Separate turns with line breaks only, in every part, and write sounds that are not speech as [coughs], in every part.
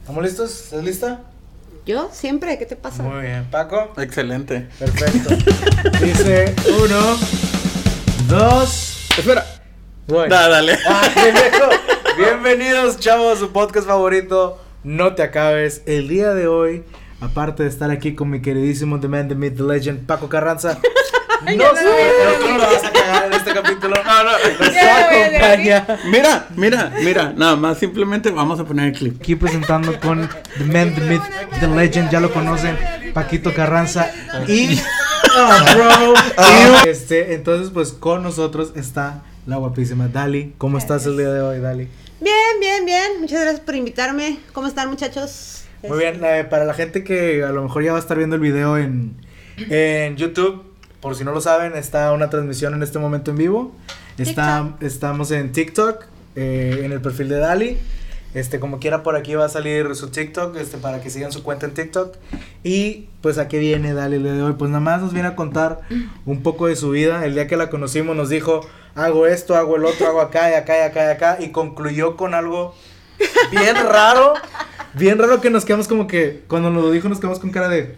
¿Estamos listos? ¿Estás lista?
Yo siempre, ¿qué te pasa?
Muy bien. ¿Paco?
Excelente.
[laughs]
Perfecto. Dice uno, dos.
Espera.
Voy.
Da, dale.
Ah, pendejo. Bienvenidos, chavos, su podcast favorito. No te acabes. El día de hoy, aparte de estar aquí con mi queridísimo The Man, The Myth, The Legend, Paco Carranza. No,
Ya
sé,
no.
pero tú no la vas a cagar en este capítulo.
No, no.
Nos
Ya no voy a
acompaña
[laughs] Mira, mira, mira. Nada más, simplemente vamos a poner el clip.
aquí presentando con The Man, The Myth, The Legend, ya lo conocen, Paquito Carranza y... [laughs] Oh, bro. Y- Este, entonces, pues con nosotros está la guapísima Dali. ¿Cómo estás el día de hoy, Dali?
Bien, bien, bien. Muchas gracias por invitarme. ¿Cómo están, muchachos?
Muy bien, eh, para la gente que a lo mejor ya va a estar viendo el video en, en YouTube, por si no lo saben, está una transmisión en este momento en vivo. Está, estamos en TikTok, eh, en el perfil de Dali. Este, como quiera, por aquí va a salir su TikTok, este, para que sigan su cuenta en TikTok. Y pues a qué viene Dali el día de hoy. Pues nada más nos viene a contar un poco de su vida. El día que la conocimos nos dijo, hago esto, hago el otro, hago acá y acá y acá y acá. Y concluyó con algo bien raro. Bien raro que nos quedamos como que, cuando nos lo dijo, nos quedamos con cara de,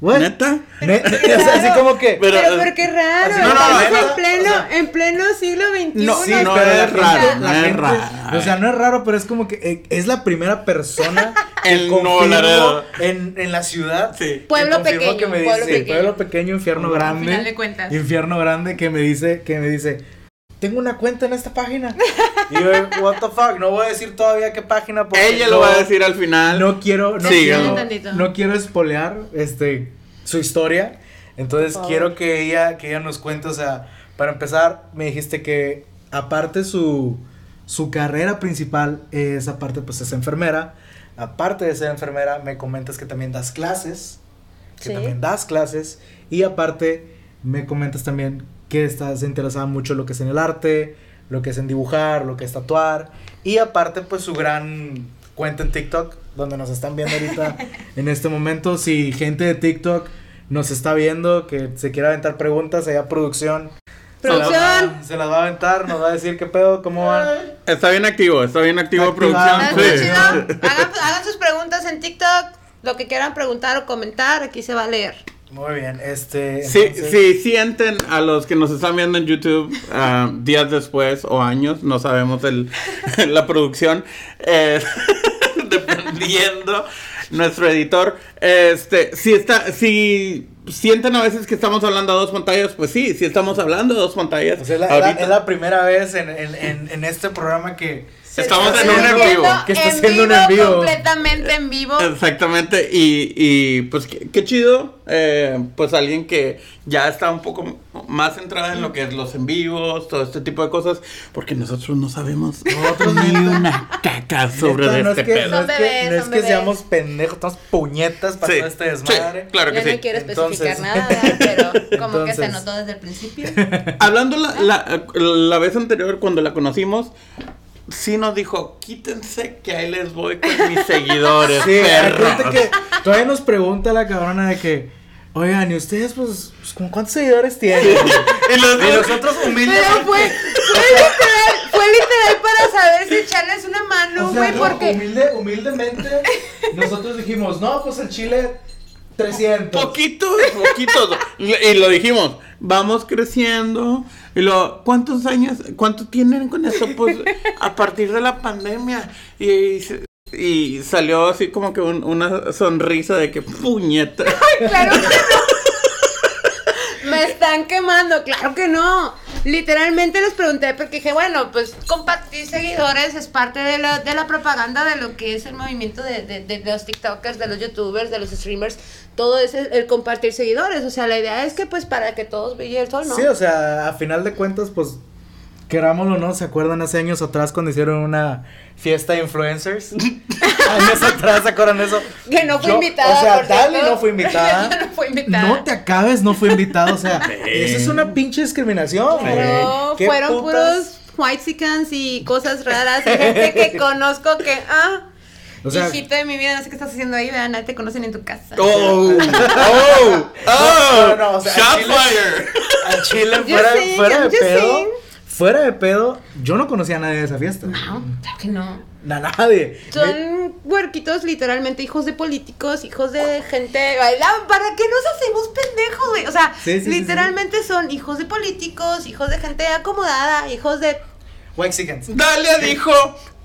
¿what?
¿Neta?
Ne- o sea, así como que,
Pero,
Pero-
pero qué raro.
Así- no, no,
estamos
no,
en,
no,
pleno,
o sea-
en pleno siglo XXI.
No, sí, no,
pero
es
la gente-
raro,
la
no es
gente-
raro.
O sea, no es raro, pero es como que eh, es la primera
[laughs]
persona que
En Nuevo
confirmo
Laredo.
en, en la ciudad.
Sí.
Pueblo
que confirmo
pequeño, pueblo
dice,
pequeño.
pueblo pequeño, infierno grande.
final de cuentas.
Infierno grande que me dice, que me dice, tengo una cuenta en esta página. y yo, what the fuck, no voy a decir todavía qué página. porque
Ella lo
no-
va a decir al final.
no quiero, no
Sí,
quiero,
¿no?
Tantito.
no quiero espolear este su historia. Entonces
Por favor.
quiero que ella, que ella nos cuente, o sea, para empezar, me dijiste que aparte su su carrera principal es aparte pues es enfermera. Aparte de ser enfermera, me comentas que también das clases, que
Sí.
también das clases y aparte me comentas también que estás interesada mucho en lo que es en el arte, lo que es en dibujar, lo que es tatuar. Y aparte, pues su gran cuenta en TikTok, donde nos están viendo
[laughs]
ahorita en este momento. Si gente de TikTok nos está viendo, que se quiera aventar preguntas, allá producción. se las va-
Producción.
Se las va a aventar, nos va a decir qué pedo, cómo van.
Está bien activo, está bien activo
Está
producción.
Ah,
activado.
sí.
está chido. Hagan, hagan sus preguntas en TikTok. Lo que quieran preguntar o comentar, aquí se va a leer.
Muy bien, este.
Sí,
entonces-
sí, sienten a los que nos están viendo en YouTube ah, días después o años, no sabemos el, [laughs] la producción, eh, [laughs] dependiendo nuestro editor. Este, si está, si sienten a veces que estamos hablando a dos pantallas, pues sí, si estamos hablando a dos pantallas.
O sea, Pues es, la, es la-
ahorita.
es la primera vez en, en- en- en este programa que.
Se
Estamos
está
en un en
haciendo
vivo.
Que está haciendo un
vivo,
en vivo.
Completamente en vivo.
Exactamente, y, y, pues qué, qué chido, eh, pues alguien que ya está un poco más centrada en lo que es los en vivos, todo este tipo de cosas, porque nosotros no sabemos
Nosotros
ni
neta.
una caca sobre
Neta,
de
no
este
es que,
pedo.
No es
Son
que,
bebés,
no es
son
que
bebés.
seamos pendejos, estamos puñetas para
Sí,
todo este
sí,
desmadre.
claro que
Yo
sí.
no quiero
Entonces-
especificar nada, ¿verdad? pero como que
Entonces-
se notó desde el principio.
Hablando la, la- la vez anterior, cuando la conocimos, sí nos dijo, quítense que ahí les voy con
[laughs]
mis seguidores,
Sí,
perros".
acuérdate que todavía nos pregunta la cabrona de que, oigan, ¿y ustedes, pues, pues, ¿con cuántos seguidores tienen?
[laughs] Y los-
y nosotros humildes.
Pero fue, fue literal, fue literal para saber si echarles una mano,
o sea,
güey,
no,
porque
humilde- humildemente, nosotros dijimos, no, pues el chile, 300.
Poquitos, poquitos. Le- Y lo dijimos, vamos creciendo. Y lo, ¿cuántos años, cuánto tienen con esto? Pues a partir de la pandemia. Y, y se- y salió así como que un- una sonrisa de que puñeta.
[laughs] claro que no. Me están quemando, claro que no. Literalmente les pregunté porque dije, bueno, pues compartir seguidores es parte de la, de la propaganda de lo que es el movimiento de, de- de los TikTokers, de los YouTubers, de los streamers. Todo es el, el compartir seguidores. O sea, la idea es que pues para que todos brillen el sol, ¿no?
Sí, o sea, a final de cuentas, pues, querámoslo, ¿no? ¿Se acuerdan hace años atrás cuando hicieron una fiesta de
[laughs]
influencers? años atrás, ¿se acuerdan eso?
Que no fue
Yo-
invitada.
O sea,
por
Dali
cierto.
no fue invitada.
Yo [laughs] no fue invitada.
No te acabes, no fue invitado, o sea, eso es una pinche discriminación.
Claro,
güey. Eh, ¿Qué
fueron
putas?
puros white y cosas raras. y gente
[laughs]
que conozco que, ah,
O sea,
hijito de mi vida, no sé qué estás haciendo ahí, vean, nadie te conocen en tu casa.
¡Oh! ¡Oh!
No, no,
¡Oh!
no, o sea,
¡Shot
sí le-
fire!
al chile
Yo
fuera,
sí,
fuera
yo-
de
yo
pedo.
sí.
Fuera de pedo, yo no conocía a nadie de esa fiesta.
Ah, No, claro que no.
A nadie.
Son huerquitos literalmente hijos de políticos, hijos de gente. Ay, la- ¿Para qué nos hacemos pendejos, güey? O sea,
Sí, sí, sí, sí.
literalmente son hijos de políticos, hijos de gente acomodada, hijos de.
Wexicans.
Dalia dijo,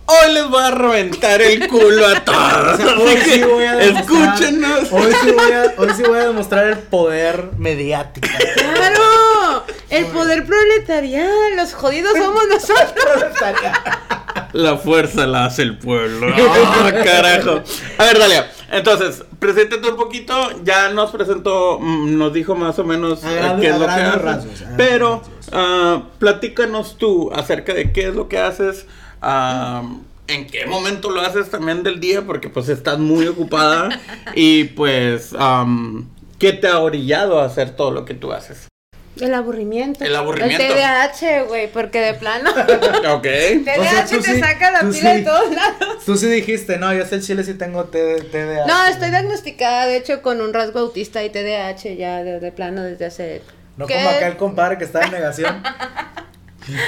hoy les voy a reventar el culo
[laughs]
a todos.
Hoy
Así
sí voy a
que
demostrar-
[laughs] escúchenos.
Hoy sí, voy a, hoy sí voy a demostrar el poder mediático. [laughs]
¡Claro! El poder proletariado, los jodidos somos nosotros.
La fuerza la hace el pueblo. [laughs] Ah, carajo. A ver, Dalia. Entonces, preséntate un poquito. Ya nos presentó, mm, nos dijo más o menos
A
eh,
gran-
qué es
a
lo que
grandes
haces.
rasgos, a grandes
pero
rasgos.
ah, platícanos tú acerca de qué es lo que haces. ah, ¿En qué momento lo haces también del día? Porque pues estás muy ocupada y pues am, ¿qué te ha orillado a hacer todo lo que tú haces?
El aburrimiento.
El aburrimiento.
El TDAH, güey, porque
[laughs]
de plano.
Ok.
sea,
TDAH
tú
te
sí-
saca la
tú
pila
sí.
de todos lados.
Tú sí dijiste, no, yo sé el chile sí tengo T- TDA.
No, estoy diagnosticada, de hecho, con un rasgo autista y TDAH ya de, de plano desde hace.
No
¿qué?
como acá el compadre que está en negación.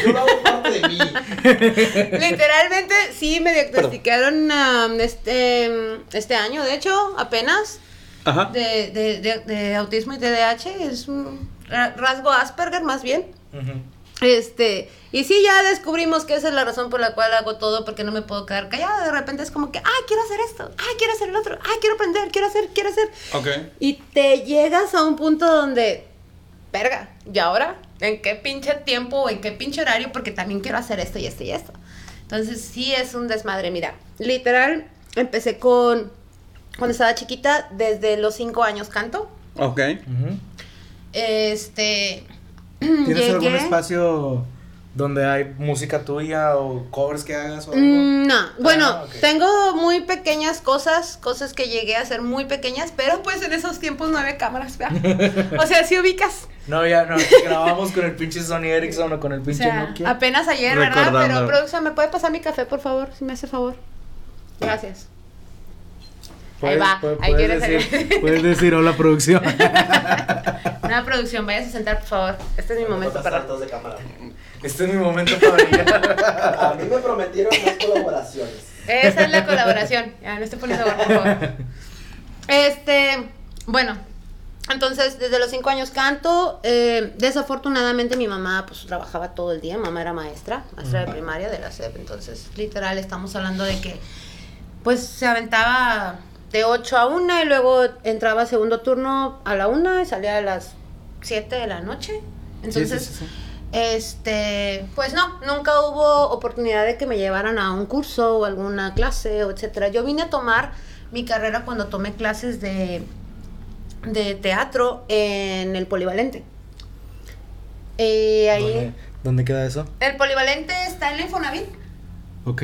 Yo lo hago parte de mí.
Literalmente, sí, me diagnosticaron am, este, este año, de hecho, apenas,
Ajá.
de, de- de- de autismo y TDAH. Es un ra- rasgo Asperger, más bien.
Ujú.
Este, y sí, ya descubrimos que esa es la razón por la cual hago todo, porque no me puedo quedar callada. De repente es como que, ay, quiero hacer esto, ay, quiero hacer el otro, ay, quiero aprender, quiero hacer, quiero hacer.
Ok.
Y te llegas a un punto donde, verga, ¿y ahora? ¿En qué pinche tiempo o en qué pinche horario? Porque también quiero hacer esto y esto y esto. Entonces, sí es un desmadre. Mira, literal, empecé con, cuando estaba chiquita, desde los 5 años canto.
Ok.
Ujú.
Este.
¿Tienes
llegué-
algún espacio donde hay música tuya o covers que hagas o algo? Ah,
Mm, No, bueno,
ok.
tengo muy pequeñas cosas, cosas que llegué a hacer muy pequeñas, pero pues en esos tiempos no había cámaras, ¿verdad?
[laughs]
O sea, si ubicas.
No, ya, no, grabamos con el pinche Sony Ericsson o con el
O
pinche
sea,
Nokia.
apenas ayer, ¿verdad?
Recordando.
Pero producción, ¿me puede pasar mi café, por favor? Si me hace favor. Gracias. Ahí va,
puedes-
ahí
puedes
quieres-
decir, puedes decir hola
[laughs]
producción.
Una producción, váyase a sentar, por favor. Este es mi momento
Otras
para.
tantas de cámara.
este es mi momento para brillar.
A mí me prometieron más colaboraciones.
Esa es la colaboración. Ya, no estoy poniendo gorro,
[laughs]
por favor. Este, bueno, entonces desde los cinco años canto. eh, desafortunadamente mi mamá pues trabajaba todo el día. Mamá era maestra, maestra de primaria de la SEP. Entonces, literal, estamos hablando de que pues se aventaba de 8 a 1 y luego entraba segundo turno a la 1 y salía a las 7 de la noche. Entonces,
Sí, sí, sí, sí.
este, pues no, nunca hubo oportunidad de que me llevaran a un curso o alguna clase o etcétera. Yo vine a tomar mi carrera cuando tomé clases de, de teatro en el Polivalente. Eh, ahí,
¿Dónde, dónde queda eso?
el Polivalente está en la Infonavit.
Ok.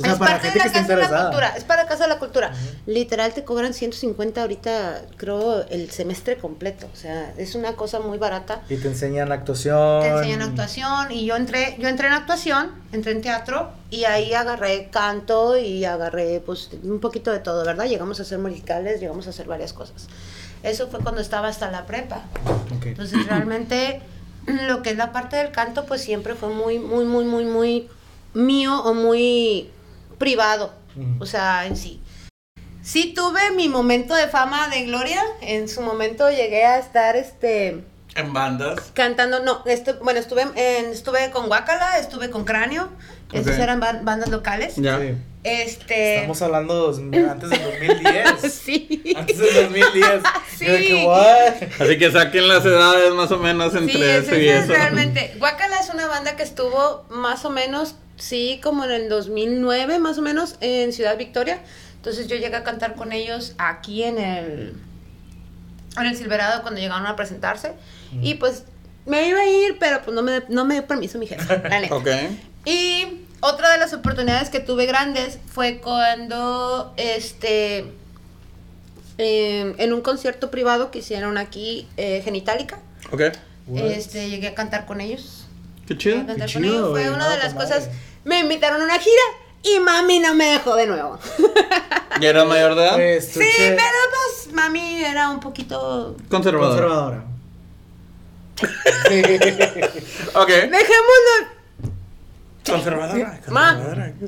O
es parte de la Casa de la Cultura, es para Casa de la Cultura. Literal te cobran 150 ahorita, creo, el semestre completo. O sea, es una cosa muy barata.
Y te enseñan actuación.
Te enseñan actuación y yo entré, yo entré en actuación, entré en teatro y ahí agarré canto y agarré pues un poquito de todo, ¿verdad? Llegamos a hacer musicales, llegamos a hacer varias cosas. Eso fue cuando estaba hasta la prepa.
Ok.
Entonces realmente [clears throat] lo que es la parte del canto pues siempre fue muy, muy, muy, muy, muy mío o muy privado,
Ujú.
o sea, en sí. Sí tuve mi momento de fama, de gloria, en su momento llegué a estar este
En bandas.
cantando, no, estu- bueno, estuve, en- estuve con Guacala, estuve con Cráneo, esas
Ok.
eran ban- bandas locales.
Ya. Eh.
Sí.
Este...
Estamos hablando dos- antes del 2010.
[laughs] sí.
Antes del 2010.
Sí.
Yo de que, "What?"
Así que saquen las edades más o menos entre
Sí, es,
eso y
es
eso.
realmente. Guacala es una banda que estuvo más o menos, sí, como en el 2009, más o menos, en Ciudad Victoria. Entonces yo llegué a cantar con ellos aquí en el, en el Silverado cuando llegaron a presentarse.
Mm.
Y pues me iba a ir, pero pues no me, no me dio permiso mi jefe,
[laughs]
la neta.
Ok.
Y otra de las oportunidades que tuve grandes fue cuando, este, eh, en un concierto privado que hicieron aquí, eh, Genitalica.
Ok.
What?
Este, llegué a cantar con ellos.
Qué
Llegué
chido.
a cantar
Qué
con
chido,
ellos. Fue
güey,
una
no,
de las
con
cosas.
madre.
Me invitaron a una gira y mami no me dejó de nuevo.
¿Ya eras mayor de edad?
Pues,
Sí,
estuche
pero pues mami era un poquito.
Conservador.
[laughs]
Conservadora.
Ok.
Dejémoslo.
Conservadora.
Ma,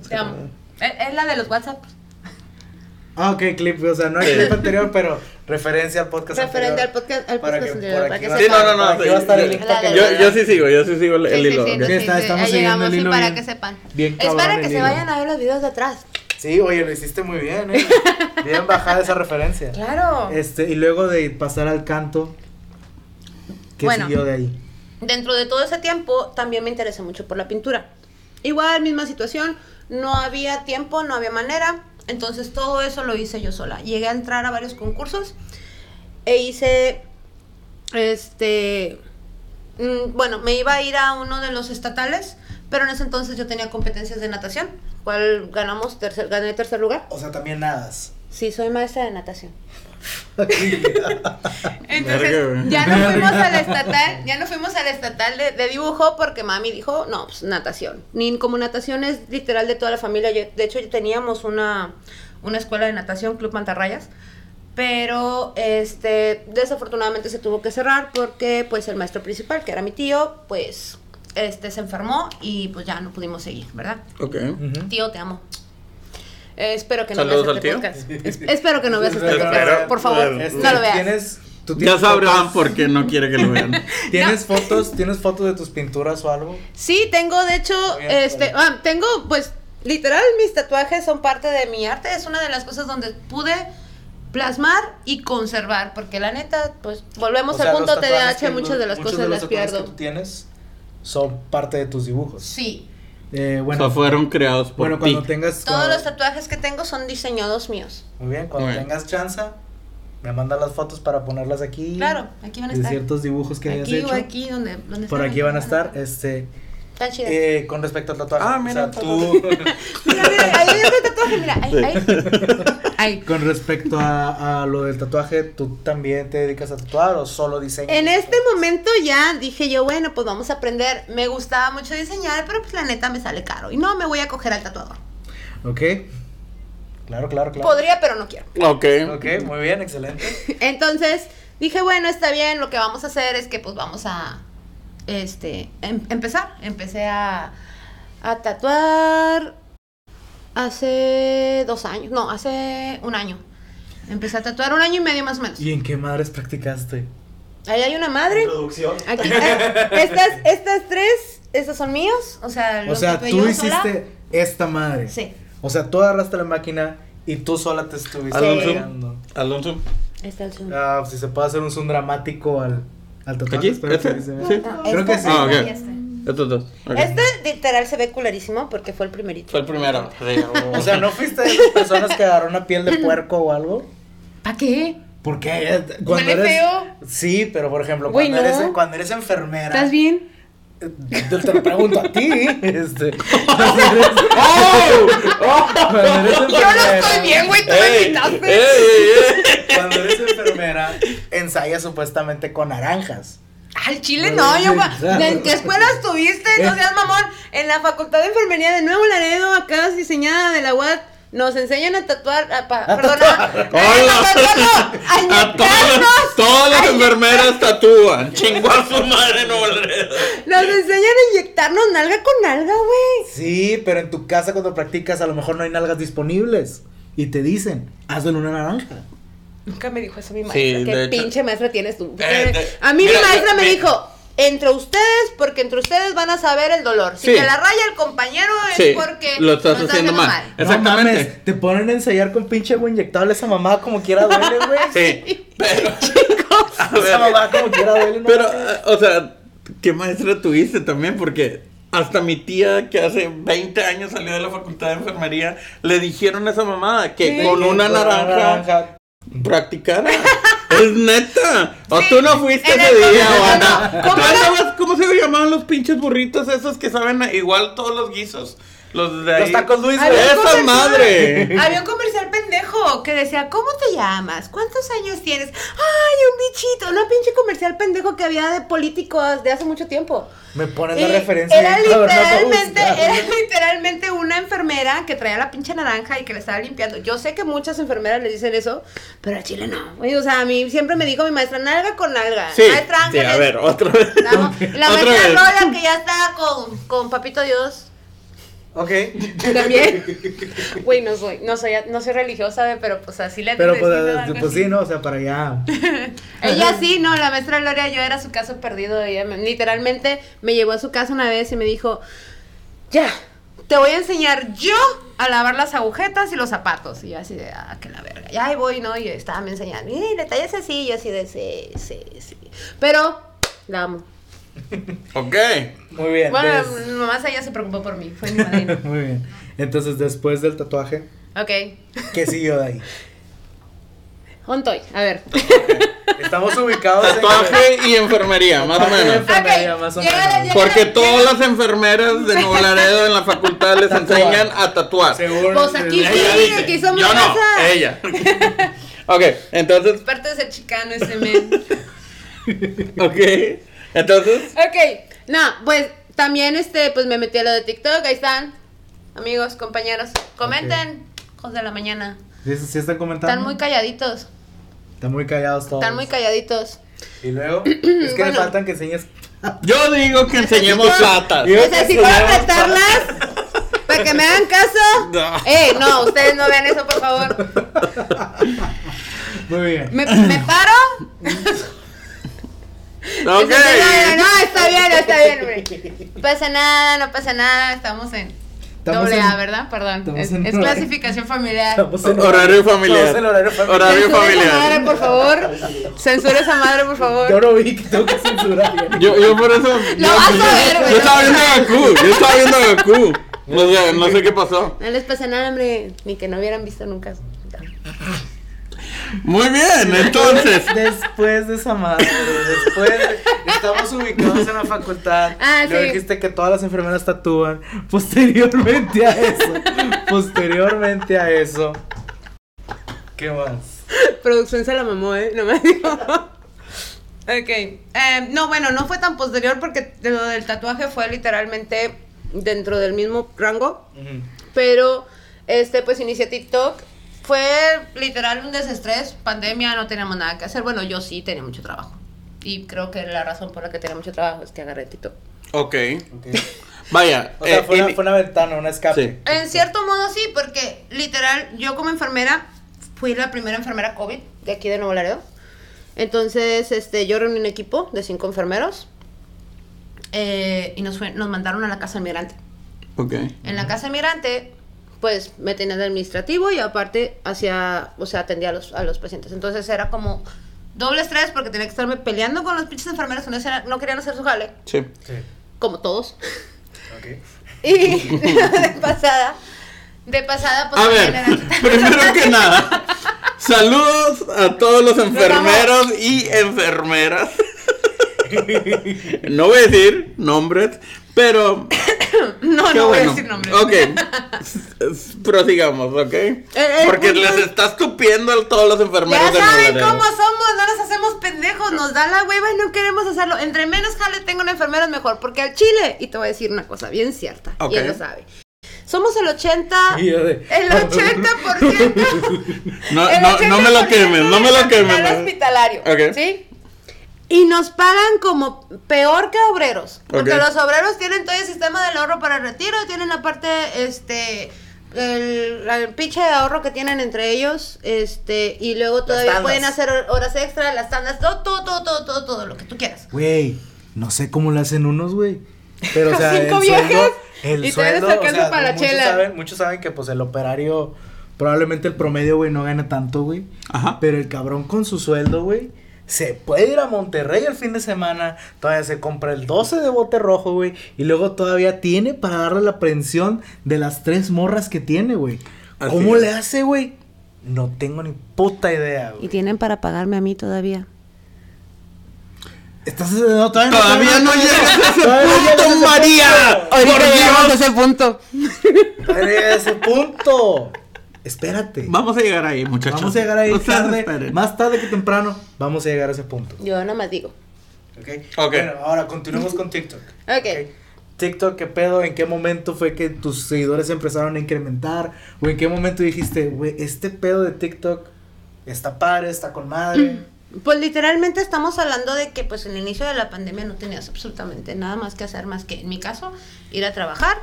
te amo. Es es la de los WhatsApp.
Ah, ok, clip. O sea, no hay clip anterior, pero referencia al podcast
Referente al
anterior.
podcast, al
Para
podcast
que-
anterior,
por
para
aquí
que
va-
Sí,
sepan.
no, no, no.
Aquí va a estar el link
para que-
yo, yo sí sigo, yo sí sigo el, el
Sí, sí,
hilo.
sí, no,
ok.
sí,
Está-
sí,
estamos
ahí
siguiendo
llegamos
el
y
hilo
para
bien-
que sepan.
bien
es
cabrón
para que
el
se
hilo.
vayan a ver los videos de atrás.
Sí, oye, lo hiciste muy bien,
[laughs]
¿eh? Bien bajada esa referencia.
Claro.
Este, y luego de pasar al canto, ¿qué
Bueno.
siguió de ahí?
Dentro de todo ese tiempo, también me interesé mucho por la pintura. Igual, misma situación, no había tiempo, no había manera, entonces todo eso lo hice yo sola. Llegué a entrar a varios concursos e hice, este, mm, bueno, me iba a ir a uno de los estatales, pero en ese entonces yo tenía competencias de natación, cual ganamos, tercer, gané tercer lugar.
O sea, también nadas.
Sí, soy maestra de natación.
Verga,
[laughs] Entonces,
güey.
ya no fuimos al estatal, ya no fuimos al estatal de, de dibujo porque mami dijo, no, pues natación. Ni como natación es literal de toda la familia. yo- de hecho, ya teníamos una, una escuela de natación, Club Mantarrayas. Pero este desafortunadamente se tuvo que cerrar porque pues el maestro principal, que era mi tío, pues este se enfermó y pues ya no pudimos seguir, ¿verdad?
Ok.
Tío, te amo. Eh, espero que
Saludos
no
al
veas
tío.
este podcast. Es- espero que no veas este
[laughs] Espero.
podcast. Por favor,
Este,
no lo veas.
¿Tienes, tú
Ya
tienes
sabrán
fotos?
por qué no quiere que
[laughs]
lo vean.
¿Tienes fotos? ¿Tienes fotos de tus pinturas o algo?
Sí, tengo de hecho,
Bien,
este,
bien.
ah, tengo pues literal mis tatuajes son parte de mi arte, es una de las cosas donde pude plasmar y conservar, porque la neta, pues volvemos
O sea,
al
los
punto
tatuajes
TDAH,
que-
muchas de las
muchos
cosas
los
las
tatuajes que
pierdo.
tú tienes son parte de tus dibujos.
Sí,
Eh,
o sea,
bueno,
fueron creados por
bueno,
ti.
cuando tengas.
todos
cuando-
los tatuajes que tengo son diseñados míos.
Muy bien, cuando
Muy bien.
tengas chance, me mandas las fotos para ponerlas aquí.
Claro, aquí van a
de
estar.
ciertos dibujos que hayas
Aquí
hecho.
o aquí donde, donde
Por
están,
aquí van a estar. Este,
Están chidas.
eh, con respecto al tatuaje.
Ah,
o
mira,
sea, tú,
Mira, mira, ahí hay otro tatuaje, mira, ahí, ahí.
[laughs]
Ahí.
con respecto a, a lo del tatuaje, ¿tú también te dedicas a tatuar o solo diseñas?
En este momento ya dije yo, bueno, pues vamos a aprender. Me gustaba mucho diseñar, pero pues la neta me sale caro. Y no me voy a coger al tatuador.
Ok. Claro, claro, claro.
Podría, pero no quiero.
Ok.
Ok, muy bien, excelente.
[laughs] Entonces dije, bueno, está bien, lo que vamos a hacer es que pues vamos a este, em- empezar. Empecé a, a tatuar hace dos años, no, hace un año. Empecé a tatuar un año y medio más o menos.
¿Y en qué madres practicaste?
Ahí hay una madre.
Producción.
Aquí, eh, estas, estas tres, estas son míos. O sea,
O
los
sea,
tatué
tú
yo
hiciste
sola.
esta madre.
Sí.
O sea, tú agarraste la máquina y tú sola te estuviste
Alonso.
pegando.
Alonso.
Ahí está el zoom.
Ah, si se puede hacer un zoom dramático al, al tatuaje.
¿Aquí?
espero que
¿Este?
se vea.
Sí.
No,
Creo
este,
que sí.
Ah, ok.
este y este.
Estos dos. ok.
Este literal se ve culerísimo porque fue el primerito.
Fue el primero.
[laughs] O sea, ¿no fuiste de esas personas que agarraron una
[laughs]
piel de puerco o algo?
¿Para qué?
¿Por qué? eh, Cuando
Huele
eres...
feo.
Sí, pero por ejemplo,
Güey,
cuando, eres,
no.
cuando eres enfermera...
¿Estás bien?
eh, Te, te lo pregunto a ti. [laughs]
[laughs]
Este, [laughs]
¡Oh!
cuando eres enfermera-
güey,
¡Ey! ¡Ey, ey!
Cuando eres enfermera, ensayas supuestamente con naranjas.
Al chile no, yo, güey.
Claro.
¿En qué escuela estuviste? No seas mamón. En la facultad de enfermería de Nuevo Laredo, acá diseñada de la UAT. Nos enseñan a tatuar, a, pa- perdona,
¡Hola!
a
[laughs] A
inyectarnos.
todas, todas las enfermeras tatúan. Chingó a su madre, no Alfredo.
Nos enseñan a inyectarnos nalga con nalga, güey.
Sí, pero en tu casa cuando practicas a lo mejor no hay nalgas disponibles. Y te dicen, hazlo en una naranja.
Nunca me dijo eso mi
Sí,
maestra.
de
¿Qué
hecho-
pinche maestra tienes tú?
Eh, de-
a mí
mira,
mi maestra me
mira.
dijo, entre ustedes, porque entre ustedes van a saber el dolor. Si
Sí.
te la raya el compañero es
Sí,
porque
lo estás haciendo mal.
No
Exactamente.
mames, te ponen a ensayar con pinche agua inyectable esa mamá como quiera duele, güey.
Sí. [laughs] Pero. A
Esa
ver,
mamá como quiera duele, no
Pero,
mames.
eh, o sea, ¿qué maestra tuviste también? Porque hasta mi tía, que hace 20 años salió de la facultad de enfermería, le dijeron a esa mamada que
Sí,
con una naranja practicara. [laughs] Es neta. O
Sí,
tú no fuiste
en
ese
el
día,
colegio,
o
no.
no.
¿Cómo
¿Tú
no?
andabas- ¿Cómo se llamaban los pinches burritos esos que saben a- igual todos los guisos? Los de ahí.
Los tacos Luis,
Ay,
güey.
los
¡Esa
comerciales. [laughs]
madre!
Había un comercial pendejo que decía, ¿cómo te llamas? ¿Cuántos años tienes? ¡Ay, un bichito! Una pinche comercial pendejo que había de políticos de hace mucho tiempo.
Me ponen la
Y
referencia.
Eh, Era
bien, cabrón, no me
literalmente,
gusta.
era literalmente una enfermera que traía la pinche naranja y que le estaba limpiando. Yo sé que muchas enfermeras le dicen eso, pero al chile no. güey. O sea, a mí siempre me dijo mi maestra, nalga con nalga.
Sí,
maestra
sí,
Ángeles.
a ver, otra vez.
La, la
otra
maestra
vez.
Lola que ya está con, con Papito Dios.
Ok.
También. Güey, no soy, no soy, no soy religiosa, güey, pero pues así le
Pero
decido
pues,
algo
pues
así.
sí, ¿no? O sea, para allá.
Ella sí, no, la maestra Gloria, yo era su caso perdido. Ella me- literalmente me llevó a su casa una vez y me dijo, ya, te voy a enseñar yo a lavar las agujetas y los zapatos. Y yo así de, ah, que la verga. Y ahí voy, ¿no? Y estaba me enseñando, y detalles así, y yo así de, sí, sí, sí. Pero, la amo.
Ok.
Muy bien.
Bueno,
des-
mi mamá ella se preocupó por mí, fue mi
[laughs]
[laughs] madrina.
Muy bien. Entonces, después del tatuaje,
Ok,
¿qué siguió de ahí?
ontoy, a ver. [laughs]
Estamos ubicados en-
Tatuaje y enfermería, más o menos.
Enfermería, más o
Ok, llega la-
menos.
llega-
Porque todas las enfermeras de Nuevo Laredo en la facultad les
Tatuar.
enseñan a tatuar.
Según
Pues aquí
el-
sí.
Ella dice,
aquí somos
Yo no,
raza". [laughs]
ella. ok, entonces,
Parte de ser
[laughs]
chicano ese men.
ok. Entonces,
Ok, no, pues también este, pues me metí a lo de TikTok, ahí están. Amigos, compañeros, comenten, hijos de la mañana.
¿Sí, sí están comentando?
Están muy calladitos,
Están muy callados todos.
están muy calladitos.
Y
[clears throat]
luego, es que le
Bueno.
faltan que enseñes.
yo digo que enseñemos platas.
Yo-
Necesito
creo que
apretarlas para que me hagan caso.
No.
Eh, no, ustedes no vean eso, por favor.
Muy bien.
Me, me paro.
Ok.
No, no, no, está bien, está bien, hombre. No pasa nada, no pasa nada, estamos en
Estamos
doble
en-
A, ¿verdad? Perdón,
estamos
es,
en
es
doble A.
clasificación familiar.
Estamos en-
Horario familiar.
Estamos en horario familiar.
Horario
Censura esa
familiar.
madre, por favor. Censura esa madre, por
Yo
favor.
no vi que tengo que censurar.
Yo, yo por eso. yo,
vas a ver, güey,
Yo
lo vas
estaba
a
viendo a Goku. Yo estaba viendo a Goku. No sé, no sé qué pasó.
No les pasa nada, hombre. Ni que no hubieran visto nunca.
Muy bien, entonces.
[laughs] Después de esa madre, después de- estamos ubicados en la facultad.
Ah,
Luego
sí.
dijiste que todas las enfermeras tatúan. Posteriormente a eso, posteriormente a eso. ¿Qué más?
Producción se la mamó, ¿eh? No me digo. Ok. eh, no, bueno, no fue tan posterior porque de lo del tatuaje fue literalmente dentro del mismo rango.
Ujú.
Pero, este, pues inicié TikTok. Fue literal un desestrés. Pandemia, no teníamos nada que hacer. Bueno, yo sí tenía mucho trabajo. Y creo que la razón por la que tenía mucho trabajo es que agarré TikTok.
Ok.
Ok.
Vaya.
O sea,
eh,
fue, una,
ini-
fue una ventana, una escape.
En cierto modo sí, porque literal, yo como enfermera, fui la primera enfermera COVID de aquí de Nuevo Laredo. Entonces, este, yo reuní un equipo de cinco enfermeros eh, y nos, fue- nos mandaron a la casa del migrante.
Ok.
En la casa del migrante, pues me tenían de administrativo y aparte hacía, o sea, atendía a los, a los pacientes. Entonces era como doble estrés porque tenía que estarme peleando con los pinches enfermeros que no, hacían- no querían hacer su jale,
Sí.
Sí.
como todos. [laughs]
Ok.
Y [laughs] de pasada, de pasada, pues
A
también
ver,
era-
primero que nada, saludos a todos los enfermeros y enfermeras. [laughs] No voy a decir nombres, pero
No,
Qué
no voy a
bueno.
decir nombres.
Ok. S- s- Prosigamos, ¿ok?
el
Porque
punto
les
es-
estás tupiendo a todos los
eh, Ya
enfermeros
saben
de
cómo somos, no nos hacemos pendejos, nos da la hueva y no queremos hacerlo. Entre menos jale tengo una enfermera mejor, porque al chile, y te voy a decir una cosa bien cierta,
Ok.
y él lo sabe. Somos el 80,
Y yo de-
el 80%,
[laughs] No,
el
no, no me lo
80%
quemen, no me
del
lo quemen.
personal
¿no?
hospitalario,
Ok.
¿sí? Y nos pagan como peor que obreros. Porque
Ok.
los obreros tienen todo el sistema del ahorro para el retiro, tienen la parte, este, el, el pinche de ahorro que tienen entre ellos, este, y luego todavía
tandas.
pueden hacer horas extra, las tandas, todo, todo, todo, todo, todo, todo lo que tú quieras.
Güey, no sé cómo lo hacen unos, güey. Pero, o sea,
[laughs] Cinco
el sueldo-
viejas
el
y todavía
sueldo,
les
o
alcanza
sea,
para la
muchos
chela.
Saben, muchos saben que, pues, el operario, probablemente el promedio, güey, no gana tanto, güey.
Ajá.
Pero el cabrón con su sueldo, güey, se puede ir a Monterrey el fin de semana. Todavía se compra el 12 de bote rojo, güey. Y luego todavía tiene para darle la pensión de las tres morras que tiene, güey.
Así
¿Cómo
es.
le hace, güey? No tengo ni puta idea, güey.
tienen para pagarme a mí todavía.
Estás eh, no, todavía,
Todavía no llegas a
[laughs]
ese
Todavía no llegas a
punto,
ese
María. Por Dios.
ese punto.
Madre, a ese punto. Espérate.
Vamos a llegar ahí, muchachos.
Vamos a llegar ahí
Ustedes
tarde,
esperen.
más tarde que temprano, vamos a llegar a ese punto.
Yo nada más digo.
Ok.
Ok.
Bueno, ahora continuemos con TikTok.
Ok.
TikTok, ¿qué pedo? ¿En qué momento fue que tus seguidores empezaron a incrementar? ¿O en qué momento dijiste, güey, este pedo de TikTok está padre, está con madre?
Pues literalmente estamos hablando de que pues en el inicio de la pandemia no tenías absolutamente nada más que hacer más que en mi caso ir a trabajar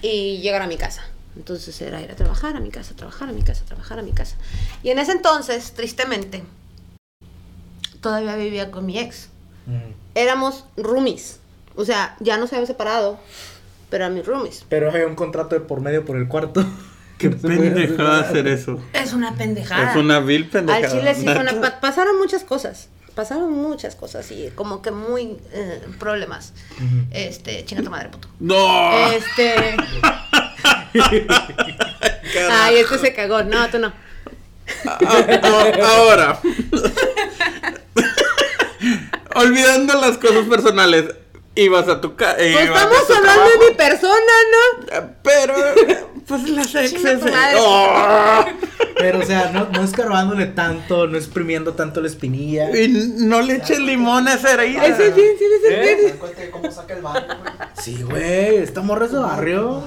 y llegar a mi casa. Entonces era ir a trabajar, a mi casa, a trabajar, a mi casa, a trabajar, a mi casa. Y en ese entonces, tristemente, todavía vivía con mi ex.
Ujú.
Éramos roomies. O sea, ya nos habíamos separado, pero eran mis roomies.
Pero hay un contrato de por medio por el cuarto.
[laughs]
[laughs]
Qué
no se puede hacer
pendejada
nada.
hacer eso.
Es una pendejada.
Es una vil pendejada.
Ah. Al chile sí fue una-
Neta.
pa- pasaron muchas cosas. Pasaron muchas cosas y como que muy eh, problemas. Este, chinga tu madre, puto.
No. [laughs]
Este. Ay, este se cagó. No, tú no.
Ah, ah, ahora. Olvidando las cosas personales. Ibas a tu casa.
Pues estamos
este
hablando de mi persona, ¿no?
Pero, pues las
Chinga
exes.
tu madre.
¡Oh!
Pero, o sea, no, no escarbándole tanto, no exprimiendo tanto la espinilla.
Y no le eches limón a esa herida.
Ese es bien, sí, ese es
¿Eh?
¿Te
bien.
das cuenta de cómo saca el barrio, güey?
Sí, güey, esta morra es de barrio.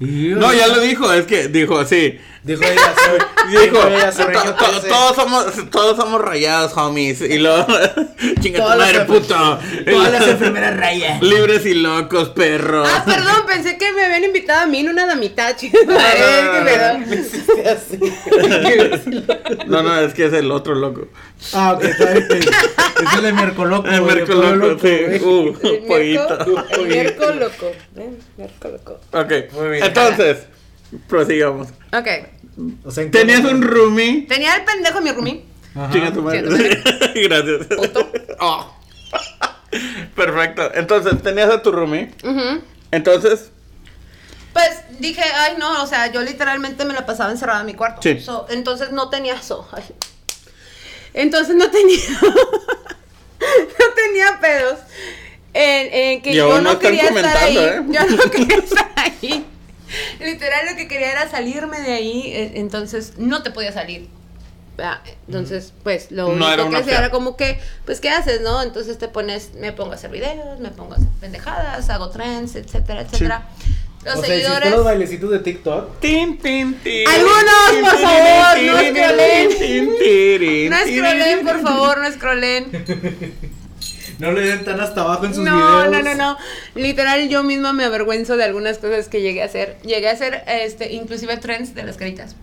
No, ya lo dijo, es que dijo así.
Dijo ella, soy.
[laughs] Dijo,
ella, soy
"To-
Reño
to-
13". [laughs]
todos somos, todos somos rayados, homies. Y luego, [laughs] chinga tu
Todas las
madre,
enfer-
puto.
Todas las enfermeras rayan.
Libres y locos, perros.
Ah, perdón, pensé que me habían invitado a mí en una damita, [laughs] chido. Ay, qué pedo.
Hiciste
[laughs]
así.
No, no, es que es el otro loco.
Ah, ok, está bien. Es el de miércoles.
El mercoloco, sí. Uh,
El
pollito.
miércoles- El miércoles loco. Ven, miércoles loco.
Ok,
Muy bien.
entonces, prosigamos.
Ok.
O sea, ¿en qué
Tenías
momento?
un roomie.
Tenía el pendejo mi roomie.
Ajá.
Chinga tu madre. [laughs] Gracias. Oh. Perfecto. Entonces, tenías a tu roomie.
Ujú.
Entonces,
Pues dije, ay no, o sea, yo literalmente me la pasaba encerrada en mi cuarto.
Sí.
So, entonces no tenía so. ay. Entonces no tenía. [laughs] no tenía pedos. En, en que
Y
yo
aún no
no
están
quería estar ahí.
comentando, ¿eh?
[laughs] Yo
[laughs]
no quería estar ahí. Literal lo que quería era salirme de ahí. eh, Entonces no te podía salir. ¿verdad? Entonces, pues lo
No
único
era una
que hacía era
opción.
como que, pues, ¿qué haces, no? Entonces te pones, me pongo a hacer videos, me pongo a hacer pendejadas, hago trends, etcétera, etcétera. Los
O sea,
seguidores.
hiciste los bailecitos de TikTok.
Tin, tin, tin.
Algunos,
Tin,
por
tin,
favor,
tin,
no
tin,
escrolen.
tin, tirin,
No
tirin.
escrolen, por favor, no [laughs] escrolen.
No le den tan hasta abajo en sus
No,
videos.
no, no, no. Literal, yo misma me avergüenzo de algunas cosas que llegué a hacer. Llegué a hacer, este, inclusive trends de las caritas.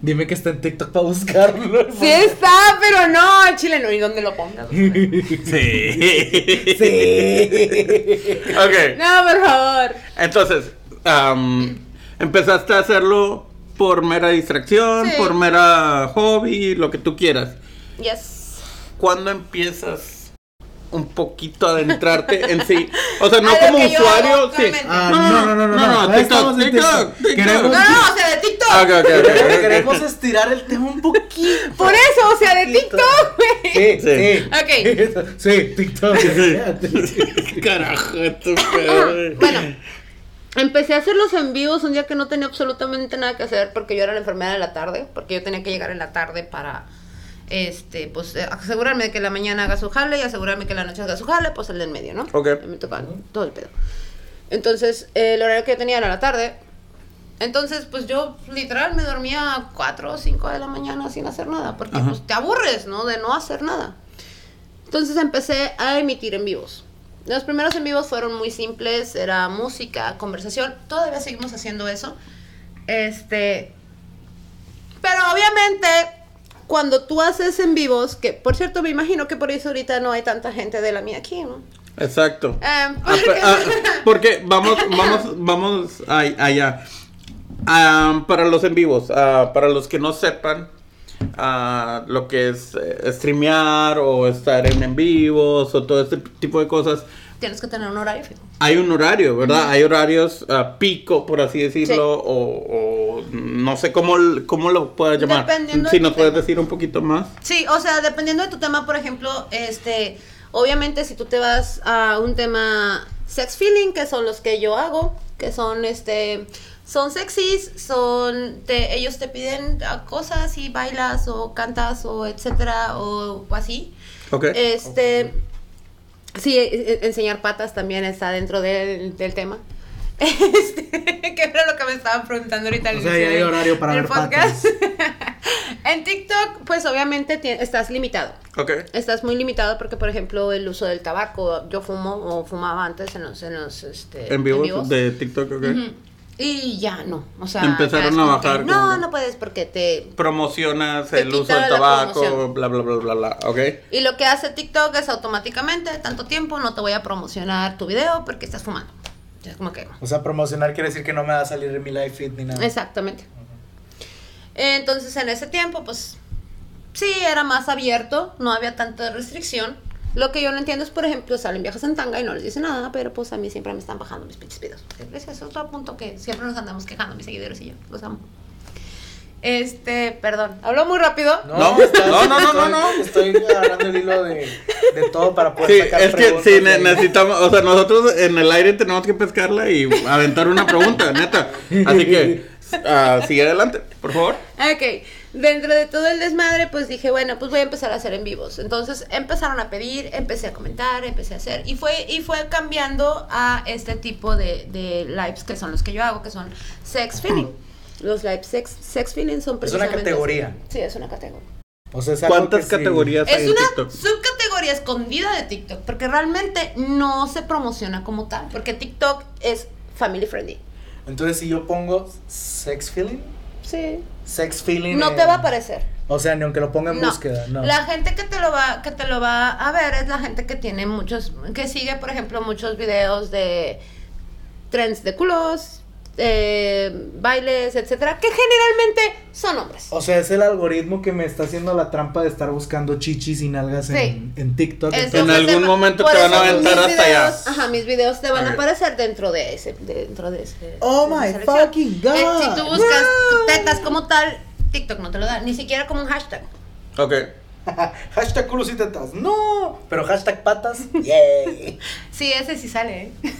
Dime que está en TikTok para buscarlo.
[laughs] Sí está, pero no, al chile no. ¿Y dónde lo [laughs] pongas?
Sí.
Sí.
Ok.
No, por favor.
Entonces, am, empezaste a hacerlo por mera distracción,
Sí.
por mera hobby, lo que tú quieras.
Yes.
¿Cuándo empiezas un poquito a adentrarte en sí? O
[laughs]
sea, no
A lo
como
que yo
usuario,
hago
sí.
actualmente.
Ah, no, no, no, no. no,
No, no,
Ahí
TikTok,
estamos en
TikTok, TikTok.
No,
Queremos,
no, o sea, de TikTok.
Ah, ok, ok, ok, ok. [laughs]
queremos estirar el tema un poquito.
Por eso, o sea, de TikTok, güey.
Sí, sí. [laughs]
Ok.
Sí, TikTok.
Carajo, esto pedo.
Bueno. Empecé a hacer los en vivos un día que no tenía absolutamente nada que hacer porque yo era la enfermera de la tarde, porque yo tenía que llegar en la tarde para este, pues eh, asegurarme de que la mañana haga su jale y asegurarme que la noche haga su jale, pues el de en medio, ¿no?
Ok.
Me tocaba todo el pedo. Entonces, eh, el horario que yo tenía era la tarde. Entonces, pues yo literal me dormía a 4 o 5 de la mañana sin hacer nada, porque
Ajá.
pues te aburres, ¿no? De no hacer nada. Entonces empecé a emitir en vivos. Los primeros en vivos fueron muy simples, era música, conversación, todavía seguimos haciendo eso. Este, pero obviamente cuando tú haces en vivos, que por cierto me imagino que por eso ahorita no hay tanta gente de la mía aquí, ¿no?
Exacto.
[laughs] Eh,
Ah,
porque-
pe- ah, porque vamos, vamos, vamos ay- allá. Ah, para los en vivos, ah, para los que no sepan ah, lo que es eh, streamear o estar en en vivos o todo este tipo de cosas,
Tienes que tener un horario fijo.
hay un horario, ¿verdad? Hay horarios ah, pico, por así decirlo, o, o no sé cómo, l- cómo lo puedas llamar.
Dependiendo
si
de
nos
tu
puedes
tema.
decir un poquito más.
Sí, o sea, dependiendo de tu tema, por ejemplo, este, obviamente si tú te vas a un tema sex feeling, que son los que yo hago, que son este, son sexys, son, te- ellos te piden ah, cosas y bailas o cantas o etcétera o, o así.
Ok.
Este, sí, e- e- enseñar patas también está dentro del, del tema. [laughs] Este, que era lo que me estaban preguntando ahorita. al
O sea,
inicio
ya hay
del-
horario para
del
ver patas.
[laughs] En TikTok, pues obviamente ti- estás limitado.
Ok.
Estás muy limitado porque, por ejemplo, el uso del tabaco. Yo fumo o fumaba antes en los. En, los, este,
En vivo
vivos.
de TikTok, ok.
Ujú. Y ya no. O sea.
Empezaron
ya es
a
como
bajar,
que,
como
no,
que-
no puedes porque te.
Promocionas
Te
el uso
quita
del
la
tabaco,
promoción.
bla, bla, bla, bla, bla. Ok.
Y lo que hace TikTok es automáticamente, tanto tiempo, no te voy a promocionar tu video porque estás fumando. Es como que.
O sea, promocionar quiere decir que no me va a salir en mi live feed ni nada.
Exactamente. Entonces en ese tiempo, pues sí, era más abierto, no había tanta restricción. Lo que yo no entiendo es, por ejemplo, salen viejas en tanga y no les dice nada, pero pues a mí siempre me están bajando mis pinches pedos. Ese es otro punto que siempre nos andamos quejando, mis seguidores y yo, los amo. Este, perdón, hablo muy rápido.
No,
estás-
no, no, no,
estoy-
no, no.
Estoy agarrando el hilo de, de todo para poder
Sí,
sacar
es que
preguntas
sí,
de
ne-
ahí.
necesitamos, o sea, nosotros en el aire tenemos que pescarla y aventar una pregunta, neta. Así que, ah, sigue adelante, por favor.
Ok, dentro de todo el desmadre, pues dije, bueno, pues voy a empezar a hacer en vivos. Entonces empezaron a pedir, empecé a comentar, empecé a hacer. Y fue, y fue cambiando a este tipo de, de lives que son los que yo hago, que son sex feeling. Los lives sex, sex feeling son
Es una
precisamente
categoría.
así. Sí, es una categoría.
O sea, es algo
¿Cuántas
que sí.
categorías hay
Es
en
una
TikTok?
subcategoría escondida de TikTok, porque realmente no se promociona como tal, porque TikTok es family friendly.
Entonces, si yo pongo sex feeling,
Sí.
sex feeling.
No
en-
te va a aparecer.
O sea, ni aunque lo ponga en búsqueda, no.
La gente que te lo va que te lo va a ver es la gente que tiene muchos que sigue, por ejemplo, muchos videos de trends de culos, eh, bailes, etcétera, que generalmente son hombres.
O sea, es el algoritmo que me está haciendo la trampa de estar buscando chichis y nalgas en, en TikTok.
Es
Entonces,
lo que
algún
va-
momento
por
te van a
eso
aventar
mis
hasta allá.
videos- Ajá, mis videos te van
Ok.
a aparecer dentro de ese dentro de ese.
Oh
de
my
esa selección.
fucking God.
Eh, si tú buscas
Wow.
tetas como tal, TikTok no te lo da, ni siquiera como un hashtag.
Ok.
hashtag culos y tetas. No. Pero hashtag patas. Yay.
Sí, ese sí sale. ¿eh? [laughs]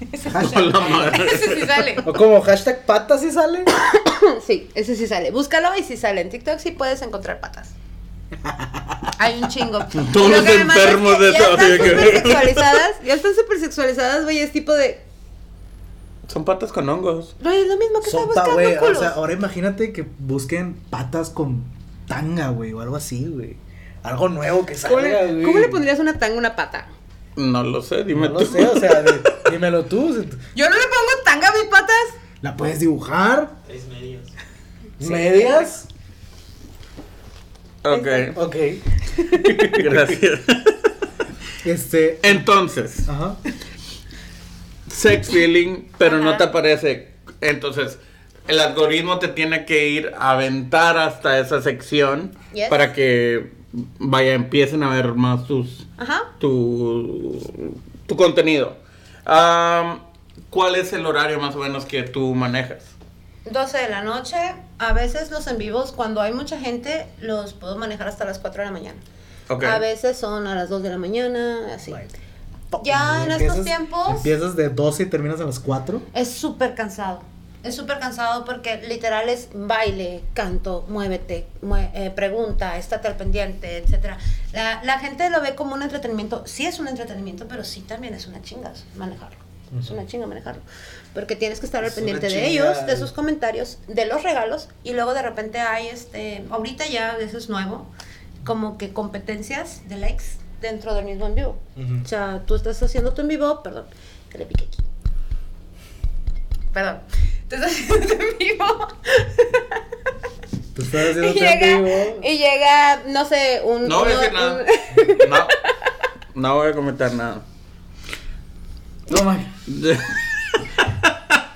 [laughs] Hola, madre.
Ese sí sale.
o como hashtag patas y sale.
[laughs] Sí, ese sí sale. Búscalo y si sale. En TikTok sí puedes encontrar
[laughs]
patas. Hay un chingo.
Todos
Y lo que me mata es
enfermos
que
de
ya
todo,
están
oye, que-
súper sexualizadas. Ya están súper sexualizadas, güey. Es tipo de.
Son patas con hongos.
Güey, es lo mismo que está
Sopa,
buscando
güey. O
culos.
sea, ahora imagínate que busquen patas con tanga, güey, o algo así, güey. Algo nuevo que
¿Cómo,
salga,
le,
güey.
cómo le pondrías una tanga a una pata?
No lo sé, dime
No
tú.
lo sé, o sea, de- dímelo tú. si tú-
Yo no le pongo tanga a mis patas.
¿La puedes dibujar?
Tres medios.
¿Medias?
Ok,
[laughs] Ok.
gracias.
Este.
Entonces,
Ajá.
sex feeling, pero no
Ajá.
te aparece. Entonces, el algoritmo te tiene que ir a aventar hasta esa sección
Yes.
para que vaya, empiecen a ver más tus
Ajá.
tu, tu contenido. Am, ¿Cuál es el horario más o menos que tú manejas?
12 de la noche. A veces los en vivos, cuando hay mucha gente, los puedo manejar hasta las 4 de la mañana.
Ok.
A veces son a las 2 de la mañana, así.
Right.
Ya en
Empiezas-
estos tiempos-
Empiezas de 12 y terminas a las 4.
Es súper cansado. Es súper cansado porque literal es baile, canto, muévete, mue- eh, pregunta, estate al pendiente, etcétera. La, la gente lo ve como un entretenimiento. Sí es un entretenimiento, pero sí también es una chinga manejarlo. Es una chinga manejarlo. Porque tienes que estar al
Es una
pendiente de
chinga
ellos, de
el-
sus comentarios, de los regalos. Y luego de repente hay, este, ahorita ya, eso es nuevo, como que competencias de likes dentro del mismo en vivo.
Ujú.
O sea, tú estás haciendo tu en vivo, perdón, que le piqué aquí. Perdón. Te estás haciendo tu en vivo.
Tú estás haciendo
[laughs] Y
tu en
llega,
vivo.
y llega, no sé, un.
No voy a
uno-
decir nada.
un- [laughs]
No, no voy a comentar nada.
No, man.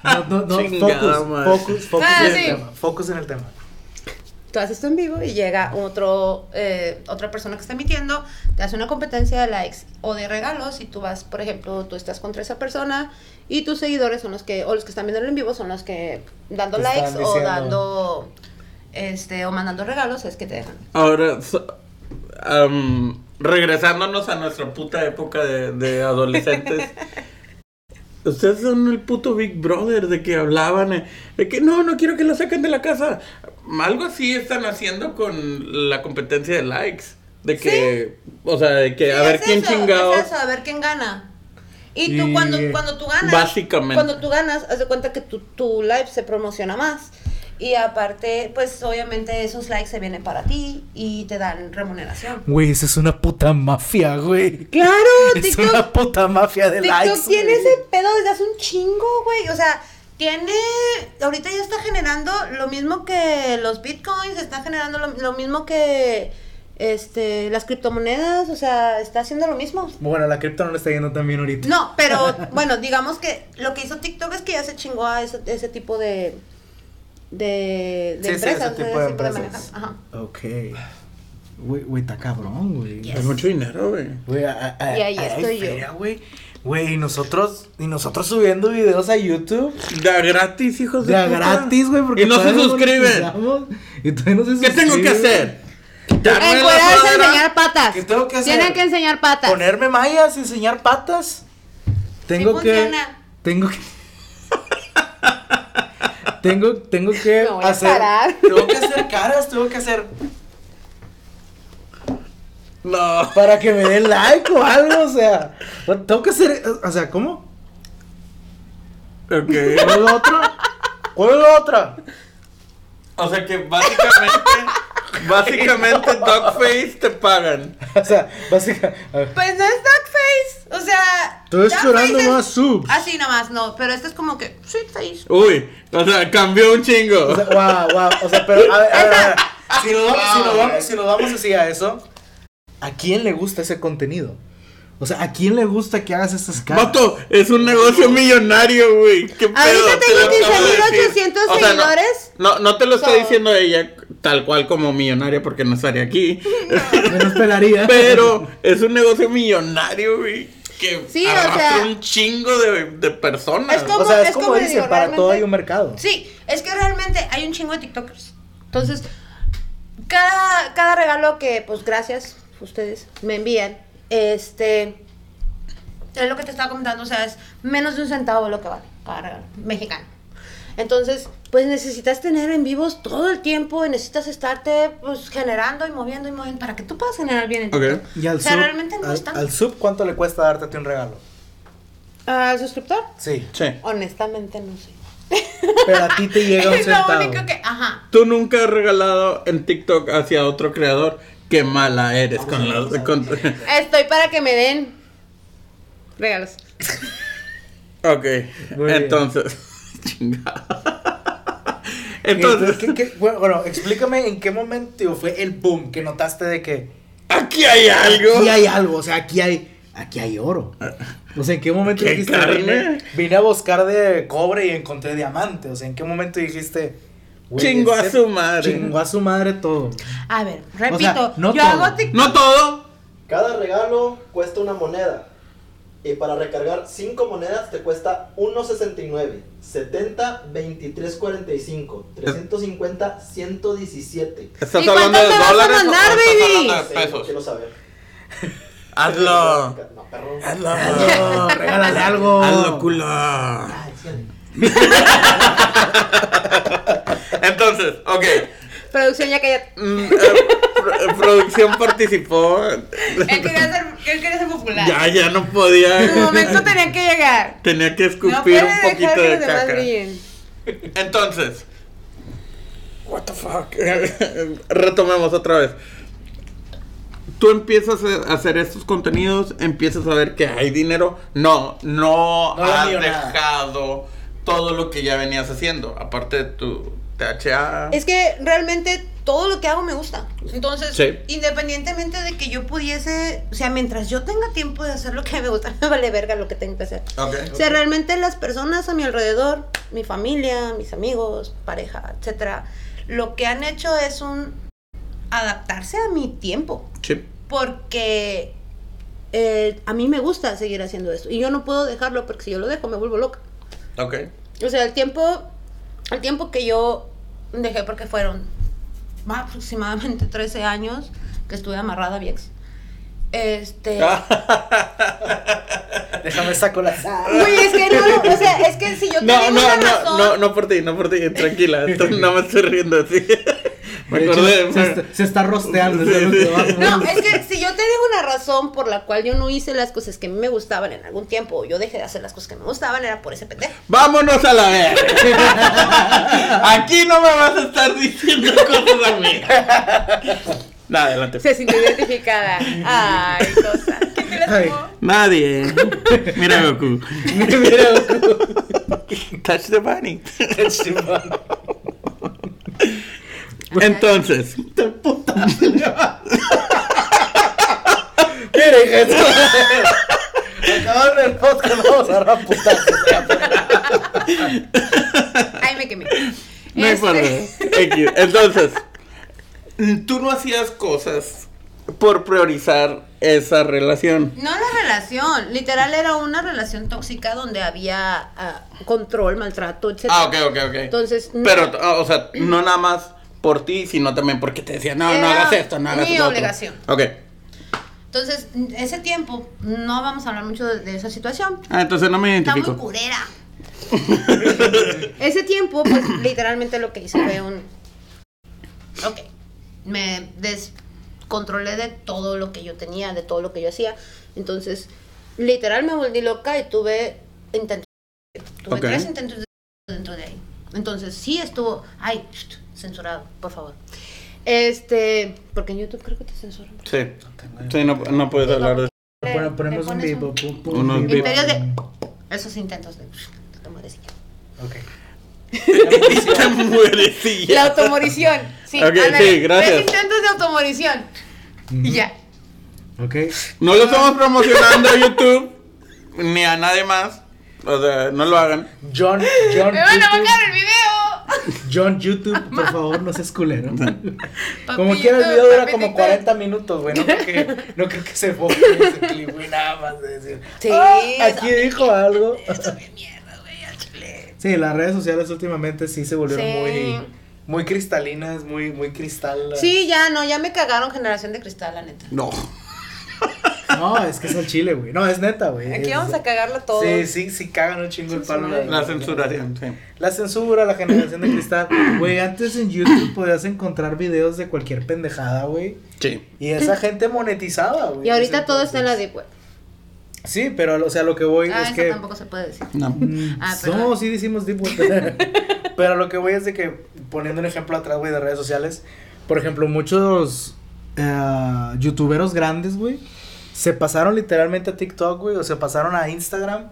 No, no, no.
Chingada
Focus,
madre.
focus, focus
Ah,
en
sí.
el tema. Focus en el tema.
Tú haces tu en vivo y llega otro, eh, otra persona que está emitiendo, te hace una competencia de likes o de regalos y tú vas, por ejemplo, tú estás contra esa persona y tus seguidores son los que, o los que están viendo el en vivo son los que dando
Te están
likes o
diciendo.
dando, este, o mandando regalos, es que te dejan.
Ahora, so- am, regresándonos a nuestra puta época de,
[laughs]
de adolescentes. Ustedes son el puto Big Brother de que hablaban, eh, de que no, no quiero que lo saquen de la casa. Algo así están haciendo con la competencia de likes. De que, o sea, de que a
Sí,
ver
es
quién
eso,
chingados.
es eso, a ver quién gana. Y tú
Y,
cuando,
eh,
cuando tú ganas,
básicamente.
cuando tú ganas, haz de cuenta que tu, tu live se promociona más. Y aparte, pues obviamente esos likes se vienen para ti y te dan remuneración.
Güey, esa es una puta mafia, güey.
Claro, [laughs]
Es
TikTok.
una puta mafia de
TikTok
likes.
tiene
güey.
ese pedo desde hace un chingo, güey. O sea, tiene. Ahorita ya está generando lo mismo que los bitcoins, está generando lo, lo mismo que este las criptomonedas. O sea, está haciendo lo mismo.
Bueno, la cripto no le está yendo tan bien ahorita.
No, pero bueno, digamos que lo que hizo TikTok es que ya se chingó a ese, ese tipo de. De, de
Sí, sí, ese
empresas,
tipo
ese
de
tipo de
empresas.
manejo. Ajá.
Ok. Güey, güey, está cabrón, güey.
Yes.
Es mucho dinero, güey.
Güey, a- a-
Y ahí
hay
estoy yo.
feria, Güey, Güey, y nosotros, y nosotros subiendo videos a YouTube.
De a gratis, hijos de
De a
puta.
gratis, güey, porque
Y no se
todavía
suscriben.
monetizamos, Y todavía no se
¿Qué tengo que
suscriben.
hacer? Darme la
Encuerarse,
madera.
enseñar patas.
¿Qué tengo que hacer?
Tienen que enseñar patas.
Ponerme mallas, enseñar patas. Tengo
Sí
que.
funciona.
Tengo que. [laughs] tengo, tengo que
Me voy a
hacer.
parar.
[laughs] Tengo que hacer caras, tengo que hacer.
[laughs]
No.
Para que me den like o algo, o sea. Tengo que hacer. O sea, ¿cómo?
Ok.
¿Cuál es la otra? ¿Cuál es la otra?
O sea que básicamente. [laughs] Básicamente, Dogface te pagan.
O sea, básicamente.
Pues no es Duckface. O sea.
Tú ves
Duckface
llorando
es-
más subs.
Así nomás, no. Pero este es como que. Sweetface.
Uy, o sea, cambió un chingo.
O sea, wow, wow. O sea, pero a ver, a ver, a ver. Si nos vamos, si nos
Wow.
vamos, si nos vamos así a eso, ¿a quién le gusta ese contenido? O sea, ¿a quién le gusta que hagas estas caras?
Vato, es un negocio millonario, güey. ¿Qué pedo?
Ahorita
Te
tengo
lo acabo de
15,800
decir. O sea, no-
seguidores.
No, no, te lo está
So-
diciendo ella tal cual como millonaria porque no
[laughs]
estaría aquí.
Yo no esperaría.
[laughs] Pero es un negocio millonario, güey. Que
Sí, o
arrastra
sea-
un chingo de, de personas.
Es como-
O sea, es,
es
como,
como
dice,
digo,
para todo
realmente-
hay un mercado.
Sí, es que realmente hay un chingo de TikTokers. Entonces, cada, cada regalo que, pues gracias, ustedes me envían, este. Es lo que te estaba comentando, o sea, es menos de un centavo lo que vale cada regalo mexicano. Entonces, pues necesitas tener en vivos todo el tiempo y necesitas estarte pues generando y moviendo y moviendo para que tú puedas generar bien en
Ok.
TikTok.
Y al
o sea,
sub,
realmente no
al,
es tanto.
al sub, ¿cuánto le cuesta darte un regalo?
¿Al suscriptor?
Sí.
Sí.
Honestamente no sé.
Pero a ti te llega un
[laughs] Es lo
centavo.
único que, ajá.
Tú nunca has regalado en TikTok hacia otro creador. Qué mala eres con los. con-
Estoy para que me den regalos.
[laughs] Ok.
Muy bien.
Entonces. [laughs] Chingada. Entonces.
Entonces, ¿qué- qué- bueno, bueno, explícame en qué momento digo, fue el boom que notaste de que
Aquí hay algo.
aquí hay algo, o sea, aquí hay, aquí hay oro. O sea, ¿en qué momento
¿Qué
dijiste
carne?
Vine, vine a buscar de cobre y encontré diamante? O sea, ¿en qué momento dijiste güey, este
Chingo a su madre.
Chingo a su madre
[laughs]
todo.
A ver, repito,
no
yo
todo.
hago TikTok.
No todo.
Cada regalo cuesta una moneda. Y para recargar 5 monedas te cuesta 1.69, 70, 23, 45, 350, 117.
¿Estás
¿Y cuánto
hablando de
te vas a
dólares o
mandar,
estás
baby?
hablando de
Sí,
pesos?
eh, Quiero saber.
Hazlo.
No, perro.
[laughs] Hazlo.
Hazlo, Ah, regálale algo.
Hazlo, culo.
Ay, sí.
Entonces, ok.
Producción ya que ya.
Mm, [laughs] eh, pro- eh, producción participó.
Él quería ser, él quería ser popular.
[laughs] Ya, ya no
En su
podía.
momento tenía que llegar.
Tenía que
No
escupir
puede
un
dejar
poquito
que
de
los demás
caca.
brillen.
Entonces, what the fuck. [laughs] Retomemos otra vez. Tú empiezas a hacer estos contenidos, empiezas a ver que hay dinero. No, no,
No
has
valió nada.
dejado todo lo que ya venías haciendo. Aparte de tu THA.
Es que realmente todo lo que hago me gusta. Entonces,
Sí.
independientemente de que yo pudiese, o sea, mientras yo tenga tiempo de hacer lo que me gusta, [laughs] me vale verga lo que tengo que hacer.
Ok.
O sea, realmente las personas a mi alrededor, mi familia, mis amigos, pareja, etcétera, lo que han hecho es un adaptarse a mi tiempo,
Sí.
porque eh, a mí me gusta seguir haciendo esto y yo no puedo dejarlo porque si yo lo dejo me vuelvo loca.
Ok.
O sea, el tiempo, el tiempo que yo dejé porque fueron más aproximadamente [laughs] 13 años que estuve amarrada a mi ex. Este,
Ah.
Eh.
[laughs]
Déjame saco la sal.
Güey, es que no, o sea, es que si yo
[laughs] No,
tenía
no,
una
no,
razón,
no, no por ti, no por ti, tranquila, esto- no me estoy riendo así. Me
De hecho,
acordé,
se,
me-
está, se está rosteando. es
Sí,
algo que
sí.
va a comer.
[laughs]
No, es que si yo te digo una razón por la cual yo no hice las cosas que a mí me gustaban en algún tiempo, o yo dejé de hacer las cosas que me gustaban, era por ese pendejo.
Vámonos a la
[laughs]
verga. Aquí no me vas a estar diciendo cosas a mí. Nada, adelante.
Se sintió identificada. Ay, cosa. ¿Quién te
Ay.
lastimó?
Nadie. Mira Goku.
Mira, mira, Goku.
Touch the bunny.
[laughs]
Entonces,
Mira, hija de su- Acabando el podcast, vamos a agarrar putazos.
Ay, me quemé.
no
Este,
importa. X. Entonces, tú no hacías cosas por priorizar esa relación.
No la relación, literal era una relación tóxica donde había ah, control, maltrato, etc.
Ah, ok, ok, ok.
Entonces, no.
Pero, ah, o sea, no nada más por ti, sino también porque te decía, no, no
Era
hagas esto, no hagas
mi
lo otro.
obligación.
Ok.
Entonces, ese tiempo, no vamos a hablar mucho de, de esa situación.
Ah, entonces no me
Está muy
identifico.
curera. [laughs] Ese tiempo, pues literalmente lo que hice fue un. Ok. Me descontrolé de todo lo que yo tenía, de todo lo que yo hacía. Entonces, literal me volví loca y tuve intentos. Tuve
Ok.
tres intentos de- dentro de ahí. Entonces, sí estuvo. Ay, censurado, por favor. Este. Porque en YouTube creo que te censuran.
Sí. Sí, no, no puedes hablar de
Bueno, ponemos
Le
un
pones
beep.
un-
pum, pum,
Unos
pum,
beep.
Imperios de. Esos intentos de. Toma de silla.
Ok.
eso. [laughs] Te mueres y
La
ya.
automorición. Sí,
Ok,
ándale.
sí, gracias.
Tres intentos de automorición.
Mm.
Y ya.
Ok.
No lo estamos promocionando a YouTube ni a nadie más. O sea, no lo hagan.
John, John,
¡Me van a
YouTube,
bajar el video!
John, YouTube, por favor, no seas culero. Como
Papito,
quiera, el video dura
papitito.
como 40 minutos, güey. No creo que, no creo que se borre ese clip, güey, nada más de decir.
Sí,
"Ah, aquí
sabe
dijo algo.
Sabe mierda, güey, al chile.
Sí, las redes sociales últimamente sí se volvieron
Sí.
muy, muy cristalinas, muy, muy cristal.
Sí, ya no, ya me cagaron generación de cristal, la neta.
No.
No, es que es el chile, güey. No, es neta, güey.
Aquí
Es-
vamos a cagarla todo.
Sí, sí, sí cagan un chingo el palo.
Censura.
La censuración, sí.
La censura, la generación de cristal. Güey, antes en YouTube podías encontrar videos de cualquier pendejada, güey.
Sí.
Y esa gente monetizaba, güey.
Y ahorita
Ese
todo está en la
entonces.
deep web.
Sí, pero o sea, lo que voy
Ah,
es
eso
que
tampoco [laughs] se puede decir.
No.
Mm,
Ah,
no,
perdón.
sí decimos deep web. [laughs] Pero lo que voy es de que, poniendo un ejemplo atrás, güey, de redes sociales, por ejemplo, muchos eh, youtuberos grandes, güey, se pasaron literalmente a TikTok, güey, o se pasaron a Instagram.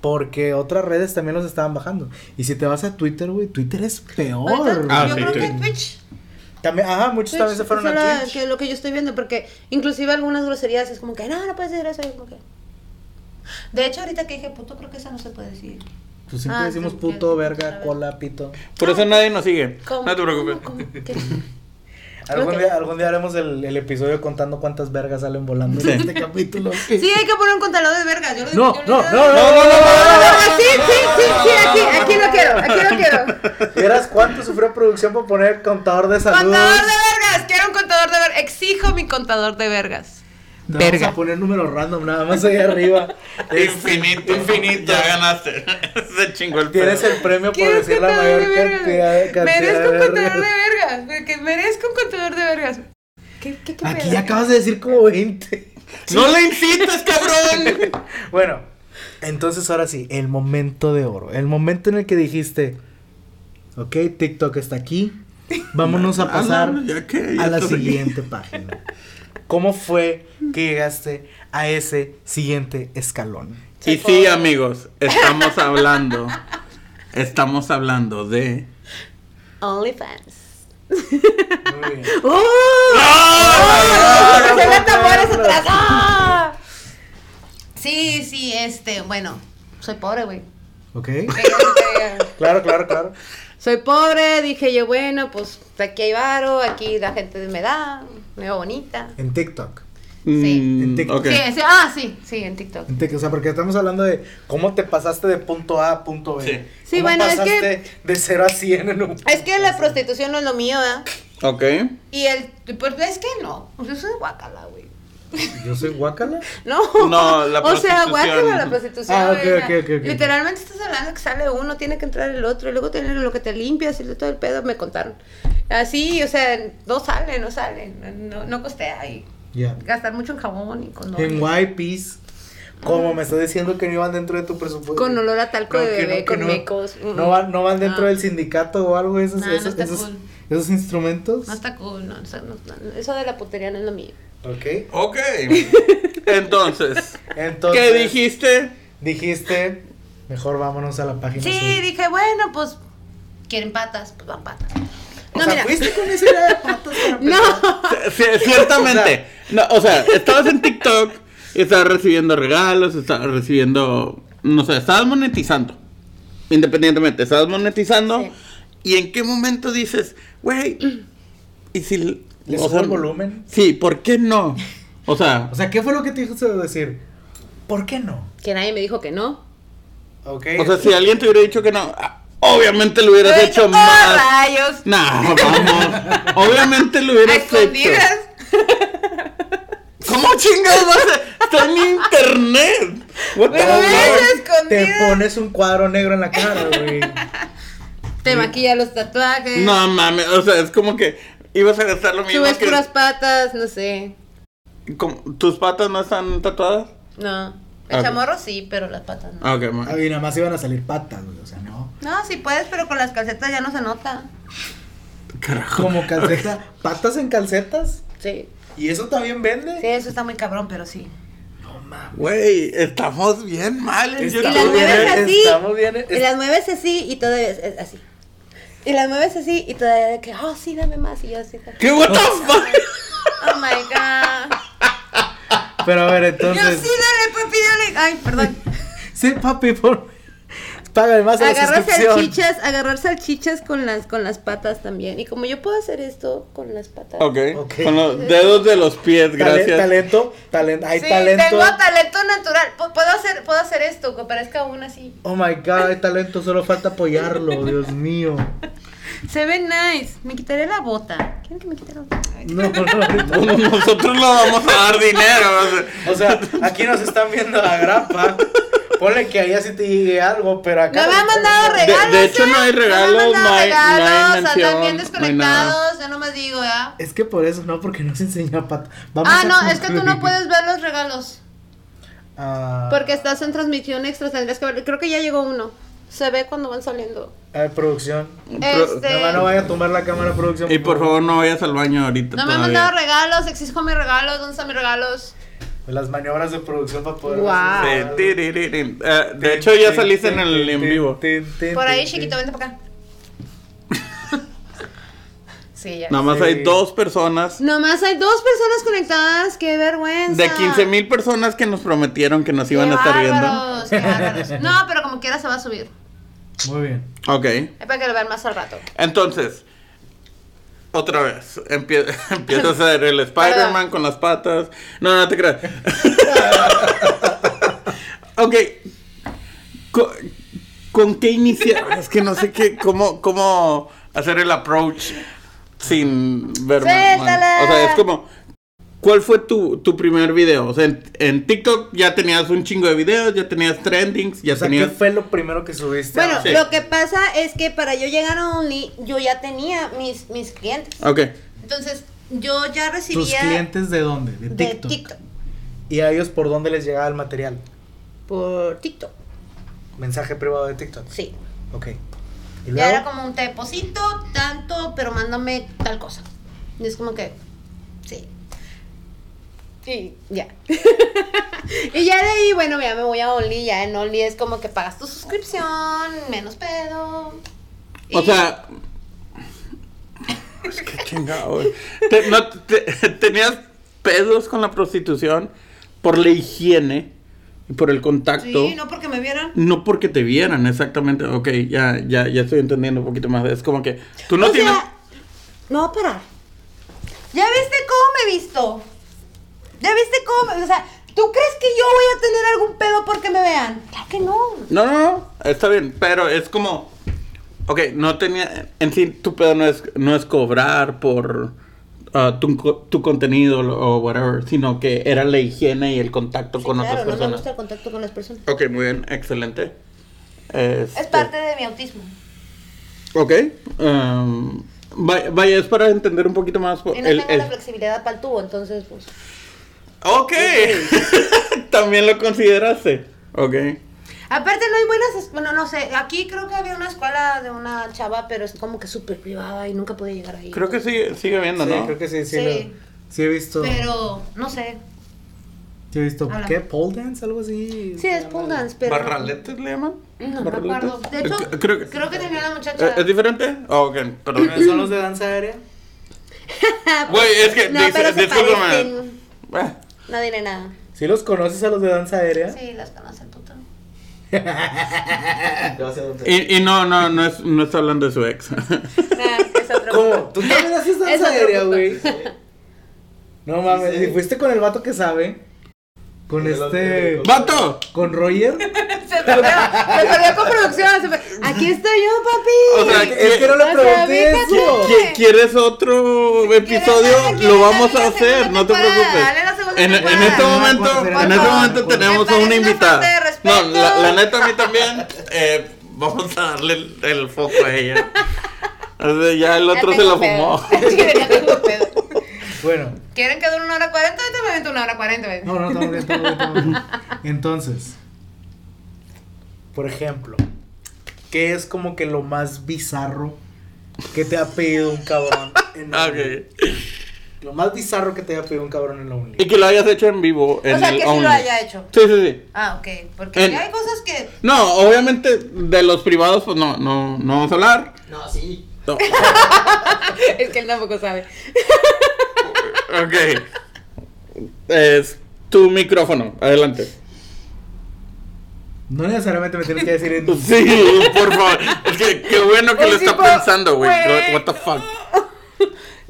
Porque otras redes también los estaban bajando. Y si te vas a Twitter, güey, Twitter es peor.
Ahorita,
Ah,
yo
sí,
creo que
sí.
Twitch.
También, ajá, muchos
Twitch,
también se fueron
eso
a
era
Twitch.
que lo que yo estoy viendo, porque inclusive algunas groserías es como que, no, no puedes decir eso. yo como que- De hecho, ahorita que dije puto, creo que esa no se puede decir.
Pues siempre
Ah,
decimos
sí,
puto,
que-
verga, cola, pito.
Por eso nadie nos sigue.
¿Cómo?
No te preocupes.
¿Cómo? ¿Cómo? ¿Qué?
[laughs]
Algún,
Ok.
día, algún día haremos el, el episodio contando cuántas vergas salen volando en este
[laughs]
capítulo.
Sí, hay que poner un contador de vergas. Yo lo
No,
yo
no,
lo-
no, no,
yo lo-
No, no, no, no, no,
Ah, Sí, sí, sí, sí, aquí,
[laughs]
aquí lo quiero, aquí lo quiero.
¿Vieras cuánto sufrió producción por poner contador de saludos?
Contador de vergas, quiero un contador de vergas. Exijo mi contador de vergas.
No,
Verga.
Vamos a poner números random, nada más ahí arriba.
[laughs] Infinito, infinito. Ya ganaste. [laughs] Se chingó el
Tienes
pedo.
el premio por
Quiero un
decir la
contador
mayor
de vergas.
cantidad, cantidad
Merezco un
de
contador
vergas.
de vergas, porque merezco un contador de vergas. ¿Qué, qué, qué
Aquí
pedo?
ya [laughs] acabas de decir como 20.
No le incites, [laughs] cabrón.
Bueno, entonces ahora sí, el momento de oro. El momento en el que dijiste, ok, TikTok está
[laughs]
aquí, vámonos a pasar
Ah, ya que, ya
a la
estoy aquí. [laughs]
siguiente página. ¿Cómo fue que llegaste a ese siguiente escalón?
Y sí, amigos, estamos hablando. Estamos hablando de.
OnlyFans.
Muy bien.
¡Oh!
¡Ah!
¡Oh! ¡Se ven tambores
¡Ah!
atrás! ¡Ah! Sí, sí, este, bueno, soy pobre, güey.
[laughs] Ok.
Este,
Claro, claro, claro.
soy pobre, dije yo, bueno, pues aquí hay varo, aquí la gente me da, me veo bonita.
En TikTok.
Sí.
Mm,
En TikTok.
ok.
Sí, sí, ah, sí, sí, en TikTok.
En TikTok, O sea, porque estamos hablando de cómo te pasaste de punto A a punto B.
Sí.
Sí,
¿Cómo
bueno, es
pasaste
que-
De 0 a 100 en un.
Es que la prostitución no es lo mío, ¿verdad?
Ok.
Y el, pues es que no, pues eso es guacala, güey.
Yo soy guacala.
No,
No,
[laughs]
la
O sea,
prostitución.
guácala la prostitución.
Ah, ok,
güey, o sea,
ok, ok, ok.
Literalmente estás hablando que sale uno, tiene que entrar el otro, y luego tener lo que te limpias y todo el pedo, me contaron. Así, o sea, no sale, no sale. No, no costea ahí.
Ya.
Gastar mucho en jabón y con
En
olor.
YPs. Como me estás diciendo que no iban dentro de tu presupuesto.
Con olor a talco
No,
de
que no,
bebé,
que
con
no.
mecos. Mm,
No van, no van dentro
no.
del sindicato o algo esos,
No, no
esos,
está
esos-
cool.
esos instrumentos.
No está cool, no, eso, no- no, eso de la putería no es lo mío.
Ok.
Ok. Entonces,
Entonces,
¿qué dijiste?
Dijiste, mejor vámonos a la página.
Sí,
azul.
dije, bueno, pues quieren patas, pues van patas.
O
No,
sea,
mira.
fuiste con esa
[laughs]
idea de patas para
No,
empezar.
C- ciertamente. No, [laughs] o sea, estabas en TikTok, estabas recibiendo regalos, estabas recibiendo. No sé, estabas monetizando. Independientemente, estabas monetizando.
Sí.
¿Y en qué momento dices, güey? ¿Y si.
¿Le
o
subo
sea,
el volumen?
Sí, ¿por qué no? O sea,
[laughs] O sea, ¿qué fue lo que te hizo decir? ¿Por qué no?
que nadie me dijo que no.
Ok.
o sea, si alguien te hubiera dicho que no, ah, obviamente lo hubieras
Yo he
hecho
dicho, "Oh,
más.
rayos!
No, vamos. Obviamente lo
A
hubieras hecho.
escondidas.
¿Cómo chingados vas a.? Está en internet. What
Me
the
Cabrón,
hubieras
te
escondido.
pones un cuadro negro en la
[laughs]
cara, güey. Ah,
Te maquilla los tatuajes.
No mames, o sea, es como que ibas a gastar lo mismo
Subes
que
puras patas, no sé.
como- tus patas no están tatuadas.
No. El
Ok.
chamorro sí, pero las patas no.
Ah, ok, ma-
Ah, Y nada más iban a salir patas, güey. O sea, no.
No, sí puedes, pero con las calcetas ya no se nota.
Carajo. [laughs]
Como calceta. ¿Patas en calcetas?
Sí.
¿Y eso también vende?
Sí, eso está muy cabrón, pero sí.
Güey, estamos bien mal en
Estamos
Y las
YouTube,
mueves
¿eh?
así.
Estamos bien.
Y las mueves así y todavía es, es así. Y las mueves así y todavía de que, oh, sí, dame más. Y yo así. de-
¿Qué what the fuck?
Oh my god.
Pero a ver,
Yo sí,
entonces.
dale, papi, dale. Ay, perdón.
[laughs] Sí, papi, por. [laughs] Págame más a la
Agarrar
suscripción.
salchichas, agarrar salchichas con las, con las patas también. Y como yo puedo hacer esto con las patas.
Ok,
Ok.
con los dedos de los pies,
Tale-
gracias.
Talento, talento, hay
sí,
talento.
tengo talento natural. Pu- Puedo hacer, puedo hacer esto, que parezca una así.
Oh my god, hay talento, solo falta
[laughs]
apoyarlo, Dios mío.
Se ve nice. Me quitaré la bota. ¿Quieren que me quite la bota? Ay.
No, no, ahorita.
Bueno, Nosotros no vamos a dar dinero. o sea,
[laughs] O sea, aquí nos están viendo la grapa. Ponle que allá sí te llegue algo, pero acá.
No me han mandado
de
regalos.
hecho,
¿eh?
no hay
me han
regalos,
mandado
no hay- no hay
regalos, andan
mención,
bien
no hay nada.
desconectados. Yo nomás digo, ¿ya?
Es que por eso, no, porque no se enseña pata. Vamos
Ah,
a
no, es que tú no
concluir.
puedes ver los regalos.
Ah,
Porque estás en transmisión extra. Tendrías que ver. Creo que ya llegó uno. Se ve cuando van saliendo.
A ver, producción.
Pro-
Este-
Nada más no vaya a tumbar la cámara, producción.
Y por favor no vayas al baño ahorita.
No me han
todavía.
mandado regalos, exijo mis regalos, ¿dónde están mis regalos?
Las maniobras de producción para poder.
Guau.
Sí, tiriririn. Eh, de hecho ya saliste en el en vivo.
Por ahí, chiquito,
[laughs]
vente para acá. Sí, ya.
Nada más
Sí.
hay dos personas
Nomás hay dos personas conectadas, qué vergüenza.
De 15 mil personas que nos prometieron que nos
Qué
iban a estar
bárbaros, qué bárbaros. No, pero como quiera se va a subir.
Muy bien.
viendo. Ok.
Es para que lo vean más al rato.
Entonces, otra vez. Empie- [laughs] empieza a ser el Spider-Man con las patas. No, no te creas. [laughs] ok. Co- ¿Con qué iniciar? Es que no sé qué, cómo, cómo hacer el approach sin ver mal.
¡Suéltala!
O sea, es como. ¿Cuál fue tu, tu primer video? O sea, en, en TikTok ya tenías un chingo de videos, ya tenías trendings, ya
O sea,
tenías.
¿qué fue lo primero que subiste?
Bueno,
Sí.
lo que pasa es que para yo llegar a Only, yo ya tenía mis, mis clientes.
Ok.
Entonces, yo ya
¿Tus
recibía
clientes de dónde? De
de
TikTok.
TikTok.
¿Y a ellos por dónde les llegaba el material?
Por TikTok,
Mensaje privado de TikTok.
sí.
Ok. ¿Y
Ya
luego?
era como un te deposito tanto, pero mándame tal cosa. Y es como que, sí. Y ya. [laughs] y ya de ahí, bueno, ya me voy a Only. Ya en Only es como que pagas tu suscripción, menos pedo.
O
Y-
sea. [laughs] Es que chingado, güey. Te- no, te- tenías pedos con la prostitución por la higiene y por el contacto.
Sí, no porque me vieran.
No porque te vieran, exactamente. Ok, ya, ya, ya estoy entendiendo un poquito más. Es como que tú no
O
tienes.
sea, no va a parar. ¿Ya viste cómo me he visto? ¿Ya viste cómo me... O sea, ¿tú crees que yo voy a tener algún pedo porque me vean? Claro que no.
No, no, no, está bien, pero es como. Ok, no tenía. En sí, tu pedo no es, no es cobrar por ah, tu, co- tu contenido lo- o whatever, sino que era la higiene y el contacto
Sí,
con
claro,
otras
no me
personas.
gusta el contacto con las personas.
Ok, muy bien, excelente. Este,
Es parte de mi autismo.
Ok. em, Vaya, vaya, es para entender un poquito más.
Y no
el-
tengo
el-
la flexibilidad para el tubo, entonces, pues.
Ok. [laughs] También lo consideraste. Ok.
Aparte, no hay buenas. es- Bueno, no sé. Aquí creo que había una escuela de una chava, pero es como que súper privada y nunca podía llegar ahí.
Creo que sigue, sigue viendo,
Sí,
¿no?
creo que sí, sí.
Sí.
lo- sí he visto.
Pero, no sé.
sí he visto.
Háblame.
¿Qué? ¿Pole dance? Algo así.
Sí, es pole dance, pero.
¿Barraletes le llaman?
No me
¿Barraletes?
acuerdo. De hecho,
Eh, c-
creo
creo
que,
que-
tenía la muchacha.
¿Eh, ¿Es diferente? Ah, ok,
[clears throat]
perdón.
¿Son los de danza aérea?
Güey, es que.
Ah, pues, No,
dis-
pero se
discúlpame.
parecen.
Eh,
No diré nada.
¿Sí los conoces a los de danza aérea?
Sí, las conoce el puto.
Gracias, don César.
Y, y no, no, no, es, no está hablando de su ex. [laughs]
Nah, Ah, es otro.
¿Cómo?
[laughs]
¿Tú también haces
Es
danza
otro
aérea,
puto.
güey? No mames,
Sí.
y fuiste con el vato que sabe. Con
El
este.
otro.
¡Vato!
Con
[laughs]
Roger.
Se perdió, se perdió con producción. se per- Aquí estoy yo, papi.
O sea,
es que no le
O sea,
pregunté
fíjate.
eso.
¿Qui- ¿Quieres otro episodio?
ah, ¿quieres
Lo vamos
darle
a
la
hacer,
segunda
no te
temporada? Dale la segunda
preocupes. En, en
temporada.
este
No,
por
momento,
favor,
en este
por
momento
favor.
Me parece una
tenemos a una
falta de
invitada.
respeto.
No, la, la neta a mí también. eh, vamos a darle el, el foco
[laughs]
a ella. O sea, ya el otro
Ya
se lo
tengo
fumó.
pedo. [laughs] Sí, ya tengo pedo.
Bueno,
¿Quieren que dure una hora cuarenta? Ahorita me avento una hora cuarenta, güey.
no, no, estamos bien, estamos bien, estamos bien. Entonces, por ejemplo, ¿qué es como que lo más bizarro que te ha pedido un cabrón en la
Ah, Ok.
Lo más bizarro que te haya pedido un cabrón en la
Y
Only.
que lo hayas hecho en vivo. En
O sea,
el
que sí
Only.
lo haya hecho.
Sí, sí, sí.
Ah, ok. Porque
En-
hay cosas que.
No, obviamente de los privados, pues no, no, no vamos a hablar.
No, sí.
No. [laughs]
Es que él tampoco sabe.
Ok. Es tu micrófono. Adelante.
No necesariamente me tienes que decir en.
[laughs] Sí, por favor. Es que qué bueno que
Es
lo está
tipo,
pensando, güey.
güey.
What the fuck.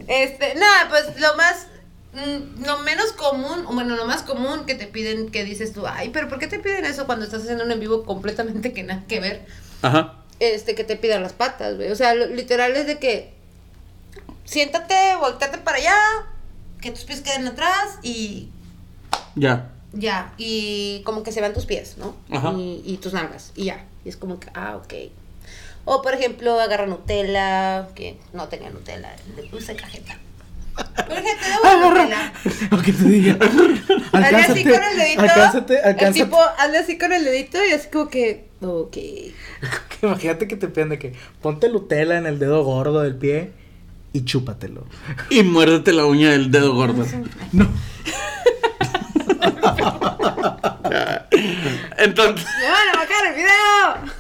Este, nada, pues lo más. mm, Lo menos común, o bueno, lo más común que te piden, que dices tú, ay, pero ¿por qué te piden eso cuando estás haciendo un en vivo completamente que nada que ver?
Ajá.
Este, que te pidan las patas, güey. O sea, lo- literal es de que siéntate, volteate para allá, que tus pies queden atrás y
Ya.
ya. Y como que se vean tus pies, ¿no?
Ajá.
Y, y tus nalgas, y ya. Y es como que, ah, ok. O por ejemplo, agarra Nutella, que no tenía Nutella, le puse cajeta. Por ejemplo, Nutella.
[laughs] Aunque Ah, te diga.
Hazle así con el dedito.
Alcánzate, alcánzate.
El tipo, hazle así con el dedito y es como que, ok.
Imagínate [laughs] que te piden de que ponte Lutela en el dedo gordo del pie y chúpatelo.
Y muérdete la uña del dedo gordo.
No.
[laughs] Entonces,
¡Me van a bajar el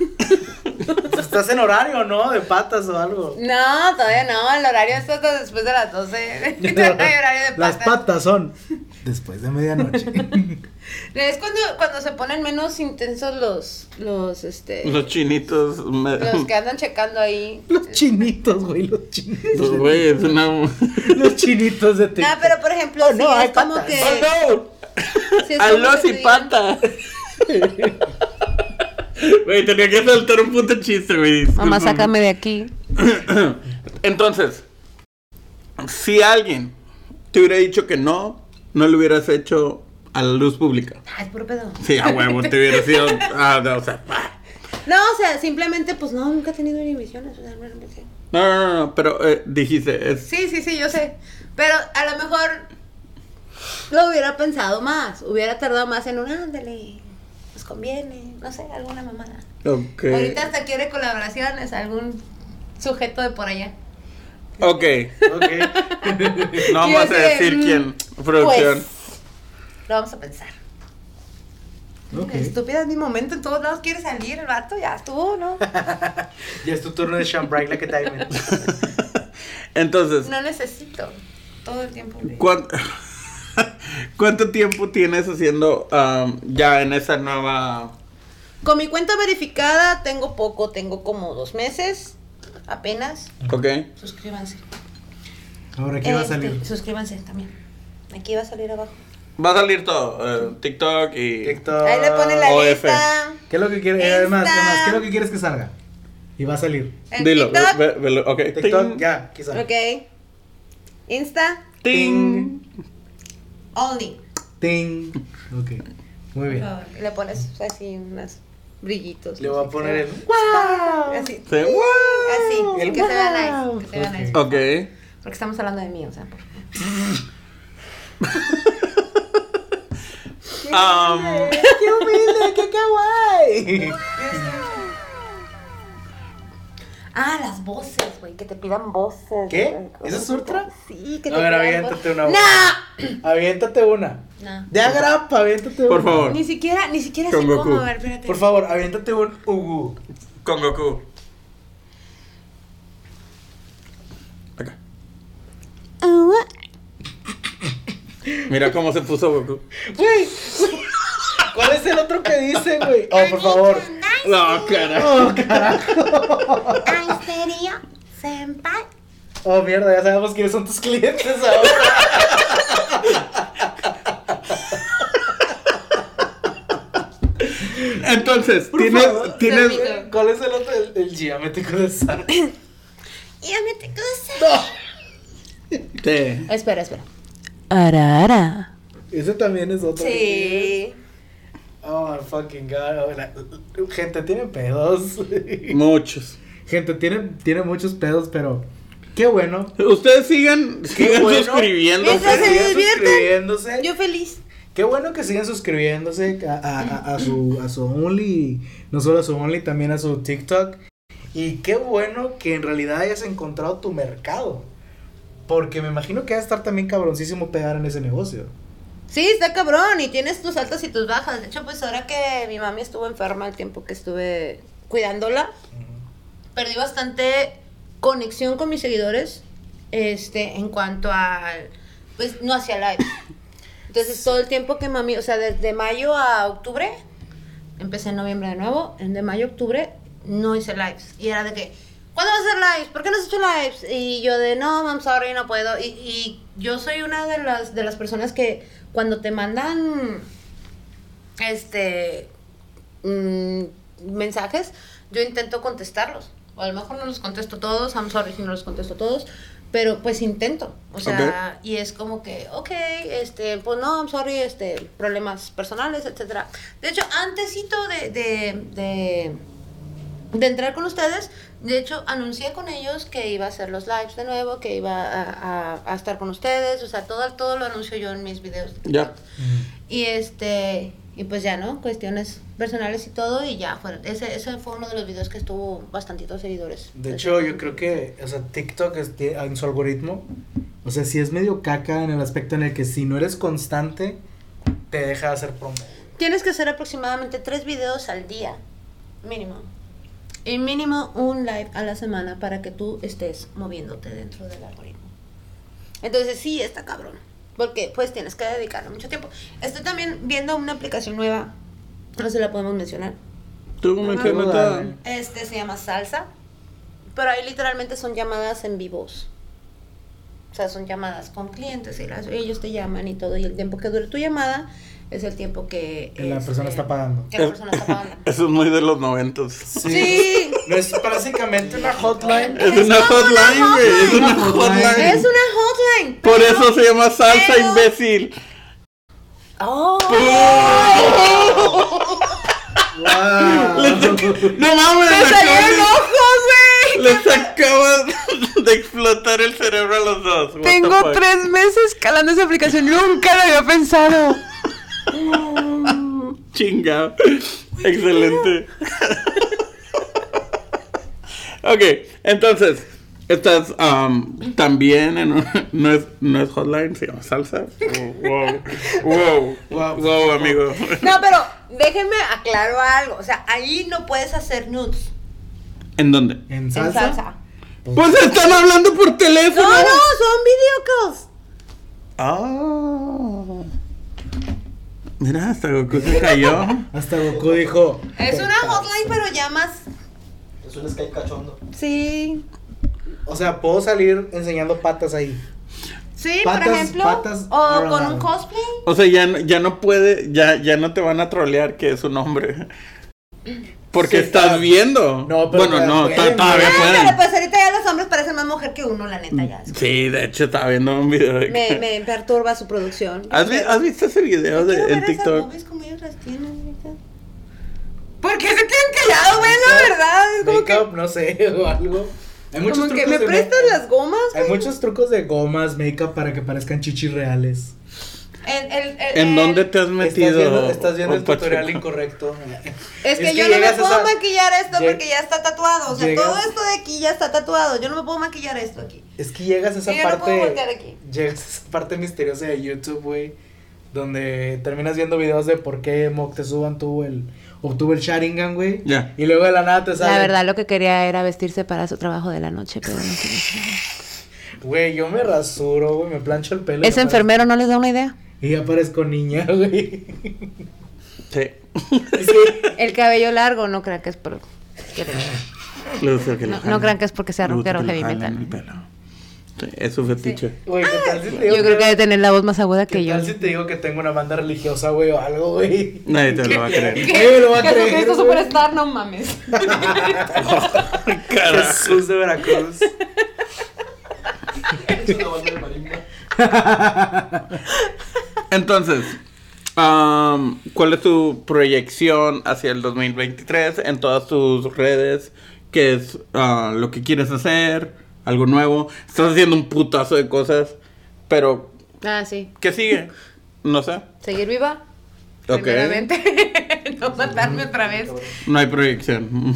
video!
Estás en horario, ¿no? De patas o algo.
No, todavía no, el horario es hasta después de
[laughs]
las [laughs] 12. Todavía hay [laughs] horario de
Las
patas.
patas son después de medianoche. [laughs]
Es cuando, cuando se ponen menos intensos los, los, este,
los chinitos. me-
los
[laughs]
que andan checando ahí.
los chinitos, güey, los
Pues,
chinitos.
Güey, es una. ¡Oh,
Los chinitos de ti.
No, pero por ejemplo,
Oh,
sí,
no, hay
es como
patas.
que.
no!
sí, es como
¡Aló,
que te
sin
digan-
pata! [laughs] Güey, tenía que saltar un puto chiste, güey.
Mamá,
discúlpame.
sácame de aquí.
[coughs] Entonces, si alguien te hubiera dicho que no, no lo hubieras hecho a la luz pública.
Ay, Ah, puro pedo.
Sí, a huevo, te hubiera sido. ah, no, o sea, ah.
No, o sea, simplemente, pues no, nunca he tenido ni misiones. o sea, realmente.
no, no, no, no, pero eh, dijiste, es-
Sí, sí, sí, yo sé. Pero a lo mejor lo hubiera pensado más. Hubiera tardado más en un ándale. Nos conviene. No sé, alguna mamada.
Ok.
Ahorita hasta quiere colaboraciones, algún sujeto de por allá.
Ok,
Ok.
[laughs] no
Y
vamos
así
a
de,
decir
mm, pues.
quién. Producción.
Lo vamos a pensar.
Ok.
Estúpida pues, es mi momento, en todos lados quiere salir el vato, ya estuvo,
[laughs]
¿no?
Ya es tu turno de Sean Bright, la que te
Entonces,
No necesito todo el tiempo. libre.
¿cuán- [laughs] ¿cuánto tiempo tienes haciendo am, ya en esa nueva.
Con mi cuenta verificada tengo poco, tengo como dos meses apenas.
Ok.
Suscríbanse.
Ahora aquí va a
Este,
salir.
Suscríbanse también. Aquí va a salir abajo.
Va a salir todo: eh, TikTok y.
TikTok.
Ahí le ponen la
OF.
lista.
¿Qué es lo que quieres? Eh, Además,
Insta.
además, ¿qué es lo que quieres que salga? Y va a salir.
El
Dilo, ve-
TikTok.
ve- velo, ok.
TikTok,
Ting,
ya, quizá.
Ok. Insta.
ting.
Only.
Ting. Ok. Muy
Por
bien.
favor. Y Le pones así unas brillitos.
Le
no
voy
sé
a
qué.
poner el.
Así.
Sí, ¡guau!
Así,
El
que se vea
wow.
nice, que se vea
Ok.
nice.
Ok.
Porque estamos hablando de mí, o sea, por
Um,
¡Qué humilde! ¡Qué kawaii!
Ah, las voces, güey, que te pidan voces.
¿Qué? ¿Eso es ultra?
Sí, que
No,
te
pero
pidan voces.
aviéntate una. [laughs]
¡No!
Aviéntate una.
No.
De agrapa, aviéntate una.
Por favor.
Ni siquiera, ni siquiera sé
Con Goku.
cómo, a ver, espérate.
Por favor, aviéntate un Ugu.
Con Goku. Acá. Mira cómo se puso Goku.
Güey. ¿Cuál es el otro que dice, güey? Oh, por favor.
No, carajo.
Oh, carajo.
¿En serio? ¿Senpai?
Oh, mierda, ya sabemos quiénes son tus clientes ahora.
Entonces,
Por
tienes,
favor.
tienes,
Repito.
¿Cuál es el otro? El, el geométrico de Sara.
Ya me te cosa.
Sí.
Espera, espera. Ara, ara.
Ese también es otro.
Sí.
Oh, my fucking God. Oh, la- Gente, tiene pedos.
muchos.
Gente, tiene, tiene muchos pedos, pero qué bueno.
Ustedes sigan, sigan
bueno.
suscribiéndose.
Eso se
Sigan
divierten.
suscribiéndose.
Yo feliz.
Qué bueno que sigan suscribiéndose a, a- a- a su, a su Only, no solo a su Only, también a su TikTok. Y qué bueno que en realidad hayas encontrado tu mercado. Porque me imagino que va a estar también cabroncísimo pegar en ese negocio.
Sí, está cabrón y tienes tus altas y tus bajas. De hecho, pues ahora que mi mami estuvo enferma el tiempo que estuve cuidándola, perdí bastante conexión con mis seguidores este en cuanto a pues no hacía live. Entonces, todo el tiempo que mami, o sea, desde mayo a octubre, empecé en noviembre de nuevo, en de mayo a octubre no hice lives y era de que ¿Cuándo vas a hacer lives? ¿Por qué no has hecho lives? Y yo de, no, mam, sorry, no puedo. Y, y yo soy una de las, de las personas que cuando te mandan, este, mm, mensajes, yo intento contestarlos. O a lo mejor no los contesto todos, I'm sorry si no los contesto todos, pero pues intento. O sea, y es como que, ok, este, pues no, I'm sorry, este, problemas personales, etcétera. De hecho, antesito de, de, de, de entrar con ustedes, de hecho, anuncié con ellos que iba a hacer los lives de nuevo, que iba a, a- a estar con ustedes, o sea, todo, todo lo anuncio yo en mis videos.
Ya.
Y este, y pues ya, ¿no? Cuestiones personales y todo, y ya fueron. Ese, ese fue uno de los videos que estuvo bastantitos seguidores.
De hecho, yo creo que, o sea, TikTok es- tiene- en su algoritmo, o sea, sí es medio caca en el aspecto en el que si no eres constante, te deja hacer promo.
Tienes que hacer aproximadamente tres videos al día, mínimo. Y mínimo un live a la semana para que tú estés moviéndote dentro del algoritmo. Entonces sí, está cabrón. Porque pues tienes que dedicarle mucho tiempo. Estoy también viendo una aplicación nueva. No se la podemos mencionar.
Tú me
Ah,
quedas
dale.
neta.
Este se llama Salsa. Pero ahí literalmente son llamadas en vivos. O sea, son llamadas con clientes y las- ellos te llaman y todo. Y el tiempo que dure tu llamada es el tiempo que...
Que la
este,
persona está pagando.
Que la persona está
[laughs]
pagando.
eh, Eso es muy de los noventas.
Sí.
Sí.
No es básicamente una hotline.
Es una hotline, güey. Es una
hotline.
hotline.
Es una hotline.
Por eso se llama salsa
pero-
imbécil.
Oh.
Wow.
No
[laughs]
mames,
¡Me
les
salió el
acabas,
ojo, güey!
les acabas de explotar el cerebro a los dos. What the
Tengo
fuck.
tres meses calando esa aplicación. Nunca lo había pensado.
Chinga. Excelente. [laughs] ok, entonces, estás am, también en un- [laughs] no es no es hotline, se llama salsa. Oh, wow. Wow.
Wow.
wow. amigo.
No, pero déjenme aclaro algo. O sea, ahí no puedes hacer nudes.
[laughs] ¿En dónde?
¿En
En
salsa?
salsa.
Pues están hablando por teléfono.
No, no, son video calls.
Ah. Mira, hasta Goku se cayó.
Hasta Goku dijo.
Es una hotline, pero llamas.
Es un Skype cachondo. [laughs]
Sí.
O sea, puedo salir enseñando patas ahí.
Sí, por
Patas-
ejemplo.
patas
o con
around.
un cosplay.
O sea, ya, no- ya no puede, ya, ya no te van a trolear que es un hombre. Porque
Sí,
estás
está-
viendo.
No, pero
bueno,
todavía
no,
pueden,
ta- todavía
Ah, pero
pueden. Mm.
pues ahorita ya los hombres parecen más mujer que uno, la neta, ya.
pues.
Sí, de hecho estaba viendo un video de
Me,
que-
me perturba su producción.
¿Has, vi- has visto ese video
Yo
de,
quiero
en
ver esas
TikTok?
movies como ellos las tienen ahorita.
¿Por qué se quedan callados, güey? La verdad. Es como que,
Makeup, no sé, [laughs] o algo. Hay muchos
como que
trucos
me
de
prestan
make-
las gomas,
Hay
güey.
muchos trucos de gomas, makeup para que parezcan chichis reales.
El- el- el-
¿En
el-
dónde te has metido?
Estás viendo, estás viendo
oh,
el tutorial
Pacheco?
incorrecto.
Es que yo no me
llegas a
puedo
esa-
maquillar esto
lleg-
porque ya está tatuado. O sea,
llegas-
todo esto de aquí ya está tatuado. Yo no me puedo maquillar esto aquí.
Es que llegas a esa
Sí, yo no puedo
parte.
voltear aquí.
llegas a esa parte misteriosa de YouTube, güey. Donde terminas viendo videos de por qué Moctezuman tuvo el. obtuvo el Sharingan, güey.
Ya.
Y luego de la nada te sale.
La verdad, lo que quería era vestirse para su trabajo de la noche, pero no se
[laughs]
hizo.
Güey, yo me rasuro, güey, me plancho el pelo. y
¿Ese
apare-
enfermero no les da una idea?
Y aparezco niña, [laughs] güey.
Sí. [laughs]
Sí.
El cabello largo, no crean que es por...
Lucio, que le
No- no
jala.
crean que es porque sea
Lucio, que
rockero
le
heavy
jala
metal.
el pelo. Sí, es su fetiche.
Güey, ¿qué tal si te digo
Yo creo que debe tener la voz más aguda
¿Qué
que yo.
tal
[laughs]
si te digo que tengo una banda religiosa, güey, o algo, güey?
Nadie te lo va a creer.
Nadie [laughs] me lo va a creer.
Jesucristo
güey.
Superstar, no [laughs] mames.
Carajo.
Jesús de Veracruz.
Una banda de marimba.
Entonces, am, ¿cuál es tu proyección hacia el 2023 en todas tus redes? ¿Qué es ah, lo que quieres hacer? ¿Algo nuevo? Estás haciendo un putazo de cosas, pero
Ah, sí.
¿qué sigue? No sé.
Seguir viva.
[laughs]
Ok.
Primeramente. no matarme otra vez.
No hay proyección.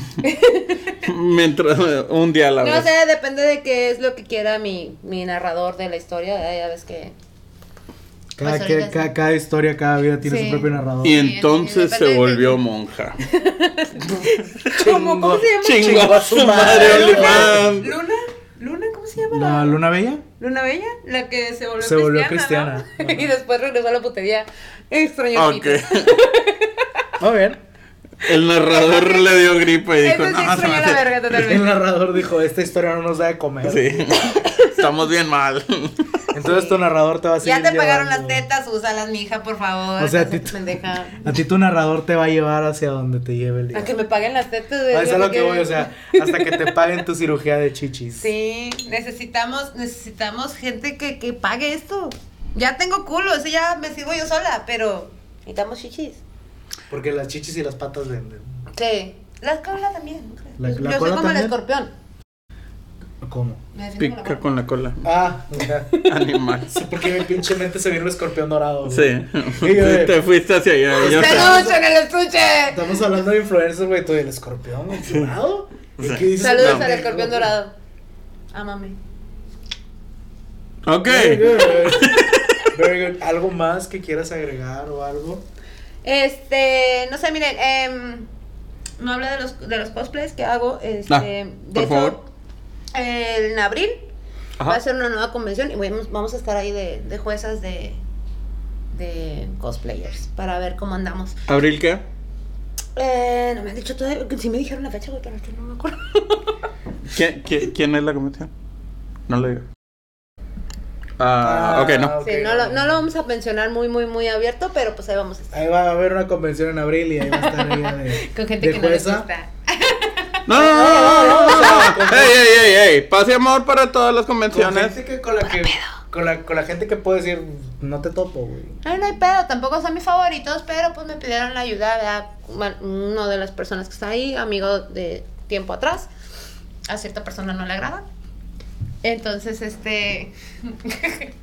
Mientras un día a la
No
vez.
sé, depende de qué es lo que quiera mi, mi narrador de la historia. ¿verdad? Ya ves que.
Cada,
Pues
que-
ahorita
ca- cada historia, cada vida tiene
Sí.
su propio narrador.
Y entonces
sí,
se
depende de-
volvió monja.
¿Cómo,
¿Cómo se llama?
Chingó a su madre, Oliván.
¿Luna? ¿Luna? ¿Cómo se llama?
¿La luna bella?
¿Luna Bella? La que se volvió
Se volvió
cristiana. ¿no?
[laughs]
cristiana, ajá.
y después regresó a la putería. Extraño.
Ok.
A ver.
El narrador le dio gripe y dijo,
Eso sí
no, se me
extrañó la
hace-
verga
El
totalmente.
narrador dijo, esta historia no nos da de comer.
Sí. Estamos bien mal.
Entonces tu narrador te va a seguir
Ya te pagaron las
llevando.
tetas, úsalas, mija, por favor.
O sea,
no
a ti,
seas
tu- [laughs]
pendeja.
a ti tu narrador te va a llevar hacia donde te lleve el día.
A que me paguen las tetas.
Ah,
güey,
eso es lo
porque-
que voy, o sea, hasta que te paguen tu cirugía de chichis.
Sí, necesitamos, necesitamos gente que, que pague esto. Ya tengo culo, eso ya me sirvo yo sola, pero necesitamos chichis.
Porque las chichis y las patas venden.
Sí. La cola también.
La- la
yo
cola
soy como
también.
el escorpión.
¿Cómo?
Me defiendo con la cola.
Pica con la cola.
Ah, o sea,
Animal.
sí, porque mi pinche mente se vino el escorpión dorado. güey.
Sí.
Sí, güey.
Te fuiste hacia allá. yo sé.
¡Peluche en el estuche!
Estamos hablando de influencers, güey, tú del escorpión güey, dorado. ¿Y qué dices?
Saludos
No.
al escorpión dorado. Amame.
Ok.
Very good, very good. Very good. ¿Algo más que quieras agregar o algo?
Este, no sé, miren, em, no hablé de los, de los cosplays que hago. Este,
Ah,
de
por
hecho,
favor.
En abril
Ajá.
va a ser una nueva convención y vamos, vamos a estar ahí de, de juezas de, de cosplayers para ver cómo andamos.
¿Abril qué?
Eh, no me han dicho todavía, sí me dijeron la fecha, güey, pero no me acuerdo.
¿Qui- qui- ¿Quién es la comisión? No lo digo. Ah, ok, no.
ok,
Sí, no, lo, no lo vamos a mencionar muy, muy, muy abierto, pero pues ahí vamos a estar.
Ahí va a haber una convención en abril y ahí va a estar ella
[laughs]
de,
Con gente
de
que no les
jueza.
gusta.
No, no, no, no, no, no, no. Ey, ey, ey, ey. Paz y amor para todas las
Con
convenciones.
gente que con la que con la, con la gente que puedo decir no te topo, güey.
Ay, no hay pedo, tampoco son mis favoritos, pero pues me pidieron la ayuda ¿verdad? Mal- uno de las personas que está ahí, amigo de tiempo atrás. A cierta persona no le agrada. Entonces, este. [laughs]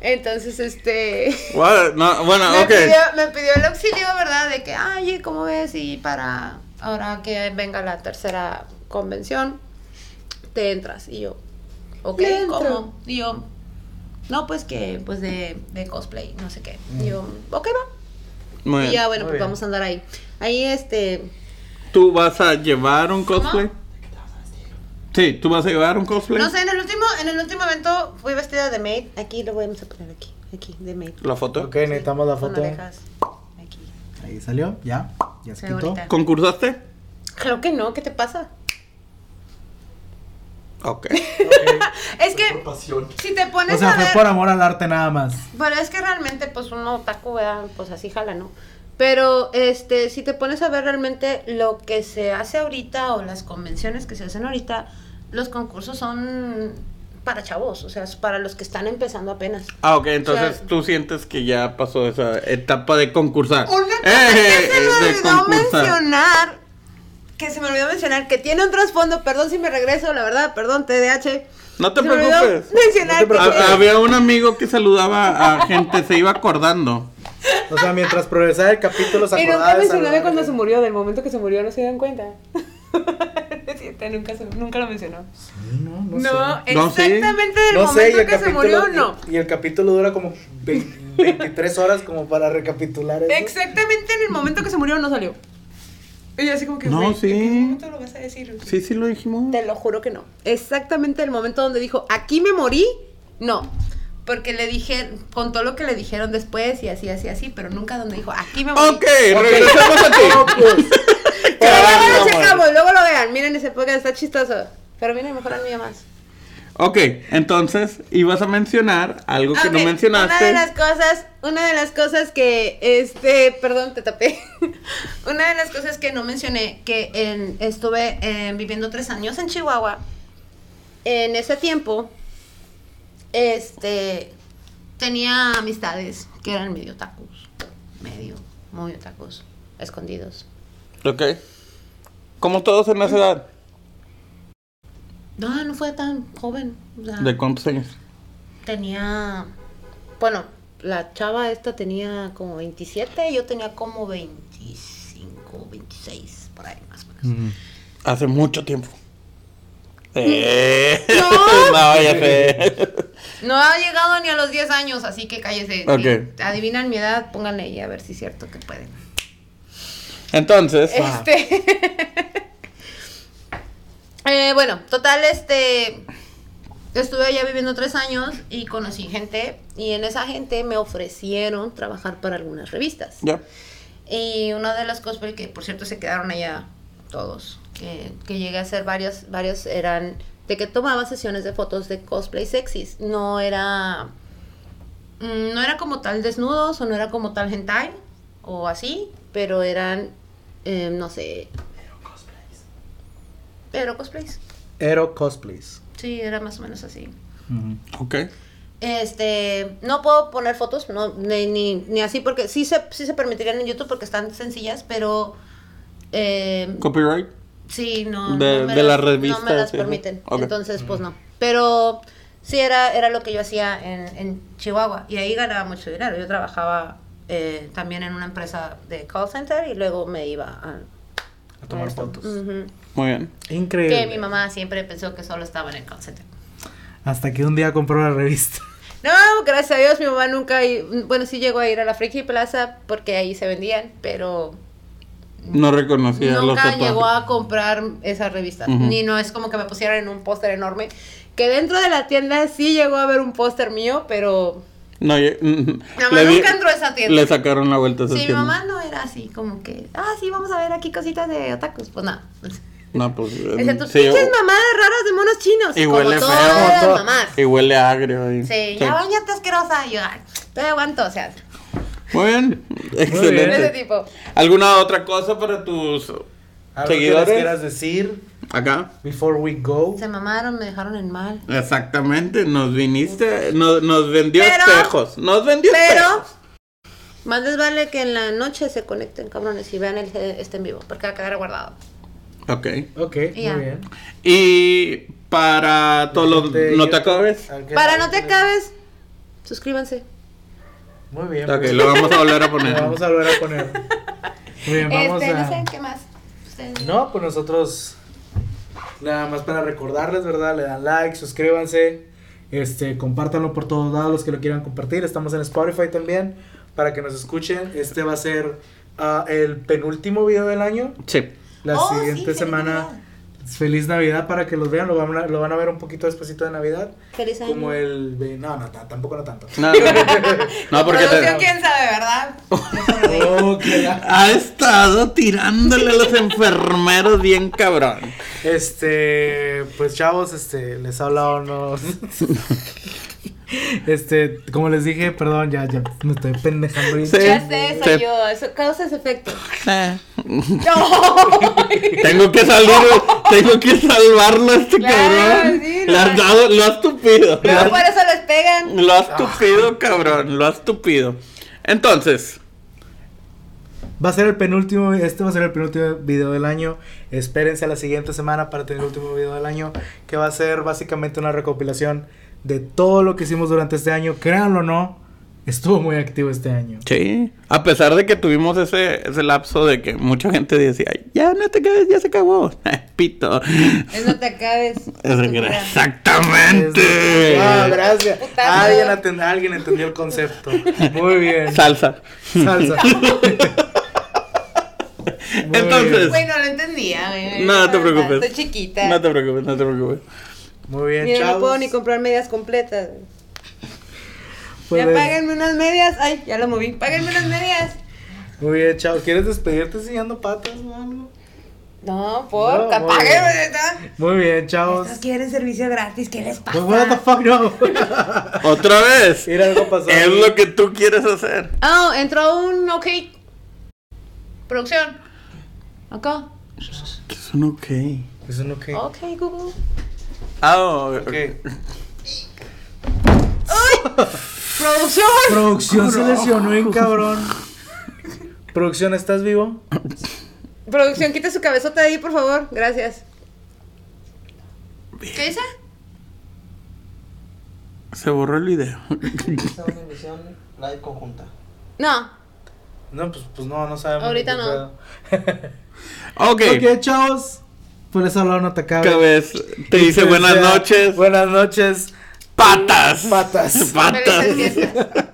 Entonces, este.
What? No,
Ah,
bueno,
Me,
ok.
pidió, me pidió el auxilio, ¿verdad? De que, ay, ¿cómo ves? Y para ahora que venga la tercera convención, te entras. Y yo, ok, ¿cómo? Y yo, no, pues que, pues de, de cosplay, no sé qué. Y yo, ok, va.
Muy
Y ya,
Mm. Muy
bueno,
bien.
pues
bien.
vamos a andar ahí. Ahí, este,
¿Tú vas a llevar un cosplay? Sí, ¿tú vas a llevar un cosplay?
no sé, en el último, en el último evento fui vestida de maid. Aquí lo voy a poner aquí, aquí, de maid.
¿La foto?
Ok, necesitamos la
Con
foto.
orejas. Aquí.
Ahí salió, ya, ya se
Qué
quitó.
bonita.
¿Concursaste?
Claro que no, ¿qué te pasa?
Ok.
Es que,
Eh, Por pasión.
si te pones
O sea,
a ver...
fue por amor al arte nada más.
Bueno, es que realmente, pues uno otaku, ¿verdad? pues así jala, ¿no? Pero, este, si te pones a ver realmente lo que se hace ahorita o las convenciones que se hacen ahorita, los concursos son para chavos, o sea, es para los que están empezando apenas.
Ah, ok,
[laughs]
entonces
O sea-
tú sientes que ya pasó esa etapa de concursar.
Una cosa
Eh,
que se
eh, de
me olvidó
concursar.
mencionar, que se me olvidó mencionar, que tiene un trasfondo, perdón si me regreso, la verdad, perdón, TDH.
No te
Se me olvidó
preocupes.
Mencionar
No te
que
preocupes.
Ha- Había un amigo que saludaba a gente, se iba acordando.
O sea, mientras progresaba el capítulo, se
Y
acordaba
nunca
de
mencionaba
saludar.
cuando se murió, del momento que se murió no se dieron cuenta. [laughs] Es cierto, nunca, se- nunca lo mencionó.
No, no, sé.
No,
No, sí.
exactamente del
No sé, y
momento
el
que se murió,
capítulo-
no.
Y, y el capítulo dura como ve- 23 horas como para recapitular eso.
Exactamente en el momento que se murió no salió. Y yo así como que,
No,
güey, ¿en
sí.
qué momento lo vas a decir?
Sí, sí lo dijimos.
Te lo juro que no. Exactamente el momento donde dijo, aquí me morí, no. Porque le dije, contó lo que le dijeron después y así, así, así, pero nunca donde dijo, aquí me morí.
Ok, regresemos a ti.
Pero luego
Caramba,
lo
madre.
checamos, luego lo vean. Miren ese podcast, está chistoso. Pero miren mejor al mío más.
[laughs] Ok, entonces ibas a mencionar algo que
Ok,
no
Una de las
mencionaste.
cosas, una de las cosas que, este, perdón, te tapé. [laughs] una de las cosas que no mencioné, que en- estuve eh, viviendo tres años en Chihuahua. En ese tiempo, este, tenía amistades que eran medio otakus, medio, muy otakus, escondidos.
Ok. Como todos en
Mm.
esa edad.
No, no fue tan joven. o sea,
¿De cuántos años?
tenía, bueno, la chava esta tenía como 27, yo tenía como 25, 26, por ahí más o menos.
Hace mucho tiempo. Eh.
Mm. No.
[laughs] no, ya sé.
No ha llegado ni a los 10 años, así que cállese.
Ok.
Si adivinan mi edad, pónganle ahí a ver si es cierto que pueden.
Entonces,
Este. [laughs] Eh, bueno, total, este. Estuve allá viviendo tres años y conocí gente. Y en esa gente me ofrecieron trabajar para algunas revistas.
ya.
Y una de las cosplay que, por cierto, se quedaron allá todos, que, que llegué a hacer varios, varios eran de que tomaba sesiones de fotos de cosplay sexys. No era. mm, No era como tal desnudos o no era como tal hentai o así, pero eran, eh, no sé. Pero cosplays.
Ero cosplays.
Sí, era más o menos así.
Ok.
Este, no puedo poner fotos, no, ni, ni, ni así, porque sí se, sí se permitirían en YouTube porque están sencillas, pero eh,
Copyright.
Sí, no.
De-
no me
de
las-
la revista,
No me las
sí, ajá.
permiten.
Ok.
Entonces, pues no. Pero sí era, era lo que yo hacía en, en Chihuahua. Y ahí ganaba mucho dinero. Yo trabajaba eh, también en una empresa de call center y luego me iba a.
A tomar
esto.
fotos.
Ujú.
Muy bien.
Increíble.
Que mi mamá siempre pensó que solo estaba en el call center.
Hasta que un día compró la revista.
No, gracias a Dios, mi mamá nunca. i- Bueno, sí llegó a ir a la Friki Plaza porque ahí se vendían, pero
No reconocía los
Nunca
tatuajes.
llegó a comprar esa revista.
Ujú.
Ni no es como que me pusieran en un póster enorme. Que dentro de la tienda sí llegó a haber un póster mío, pero.
No, lle-
Mamá
le di-
nunca entró a esa tienda.
Le sacaron la vuelta a esa
Sí, mi
tienda.
mamá no era así, como que. Ah, sí, vamos a ver aquí cositas de otakus. Pues nada.
No, pues. eh,
Excepto
sí,
pinches
o-
mamadas raras de monos chinos.
Y
como
huele
todas
feo,
las
todo-
mamás.
y huele agrio. y-
Sí, ya bañate asquerosa. Y yo, ay, todavía aguanto, o sea,
Muy bien.
bien.
ese
Excelente.
tipo.
¿Alguna otra cosa para tus
Algo que les
seguidores?
quieras decir
Acá.
before we go.
Se mamaron, me dejaron en mal.
Exactamente, nos viniste, nos, nos vendió
Pero-
espejos, nos vendió
Pero
espejos.
más les vale que en la noche se conecten, cabrones, y vean el, este en vivo, porque va a quedar guardado.
Ok.
Ok,
Ya.
muy bien.
Y para todos los
Gente,
no te
yo-
acabes.
Aunque-
Para no te acabes, suscríbanse.
Este,
Muy bien.
Ok,
pues,
lo vamos a volver a
lo
poner.
vamos a volver a poner. Muy bien, vamos
este,
a.
no sé qué más. Ustedes-
No, pues nosotros nada más para recordarles, ¿verdad? Le dan like, suscríbanse, este, compártanlo por todos lados los que lo quieran compartir. Estamos en Spotify también para que nos escuchen. Este va a ser ah, el penúltimo video del año.
Sí.
La
Oh, sí,
siguiente
feliz
semana feliz Navidad para que los vean, lo van a, lo van a ver un poquito despuesito de Navidad.
Feliz año.
Como el de- no, no, t- tampoco no tanto.
No, no, no. No, porque
Producción,
te-
quién sabe,
[laughs]
¿verdad?
Oh, que la-
ha estado tirándole a los enfermeros bien cabrón.
Este, pues chavos, este, les ha hablado no. Este, como les dije, perdón, ya, ya me estoy pendejando. bien
Sí.
chido.
Ya sé, soy
Sí. [laughs]
yo. Eso causa ese efecto.
Eh. [laughs] Tengo que salvarlo, tengo que salvarlo a este
Claro,
cabrón.
sí,
Le
no
has
más.
dado- lo has tupido.
Luego por eso les pegan.
Lo has tupido, cabrón, lo has tupido. Entonces,
Va a ser el penúltimo, este va a ser el penúltimo video del año. Espérense a la siguiente semana para tener el último video del año, que va a ser básicamente una recopilación de todo lo que hicimos durante este año. Créanlo o no, estuvo muy activo este año.
sí, a pesar de que tuvimos ese, ese lapso de que mucha gente decía, ya no te quedes, ya se acabó. [laughs] Pito.
Es no te acabes.
[laughs] Es- Exactamente.
Ah, gracias.
Putazo.
Alguien, aten- alguien entendió el concepto. Muy bien.
Salsa. [laughs]
Salsa. Muy
Entonces,
bien.
Güey, no lo entendía, güey.
No, no te preocupes.
Estoy chiquita.
No te preocupes, no te preocupes.
Muy bien,
Mira,
chavos.
no puedo ni comprar medias completas.
Pues,
ya páguenme unas medias. Ay, ya lo moví. Páguenme unas medias.
Muy bien, chavos. ¿Quieres despedirte enseñando patas o algo?
No,
No,
por.
muy
Apáguenme,
bien.
neta.
Muy bien, chavos.
Estos quieren servicio gratis. ¿Qué les pasa?
Pues, what the fuck, no.
Otra vez.
Mira, algo pasó.
Es
ahí.
lo que tú quieres hacer.
Oh,
Ah, entró un OK. Producción. Acá.
Es un ok.
Es un ok.
Oh.
Ok, Google.
Ah, oh,
Ok.
Producción.
Producción se lesionó [laughs] en cabrón. Producción, ¿estás vivo?
Producción, quita su cabezota de ahí, por favor. Gracias.
¿Qué dice?
Se borró el video. [laughs]
Esa es una emisión live conjunta.
No.
No, pues, pues no, no sabemos.
Ahorita
qué
no.
pedo.
Ok.
Ok, chavos. Pues, Por eso hablado no te acabe.
Cabez, te dice buenas
Sea,
noches.
Buenas noches.
Patas.
Patas.
Patas.
Felices fiestas.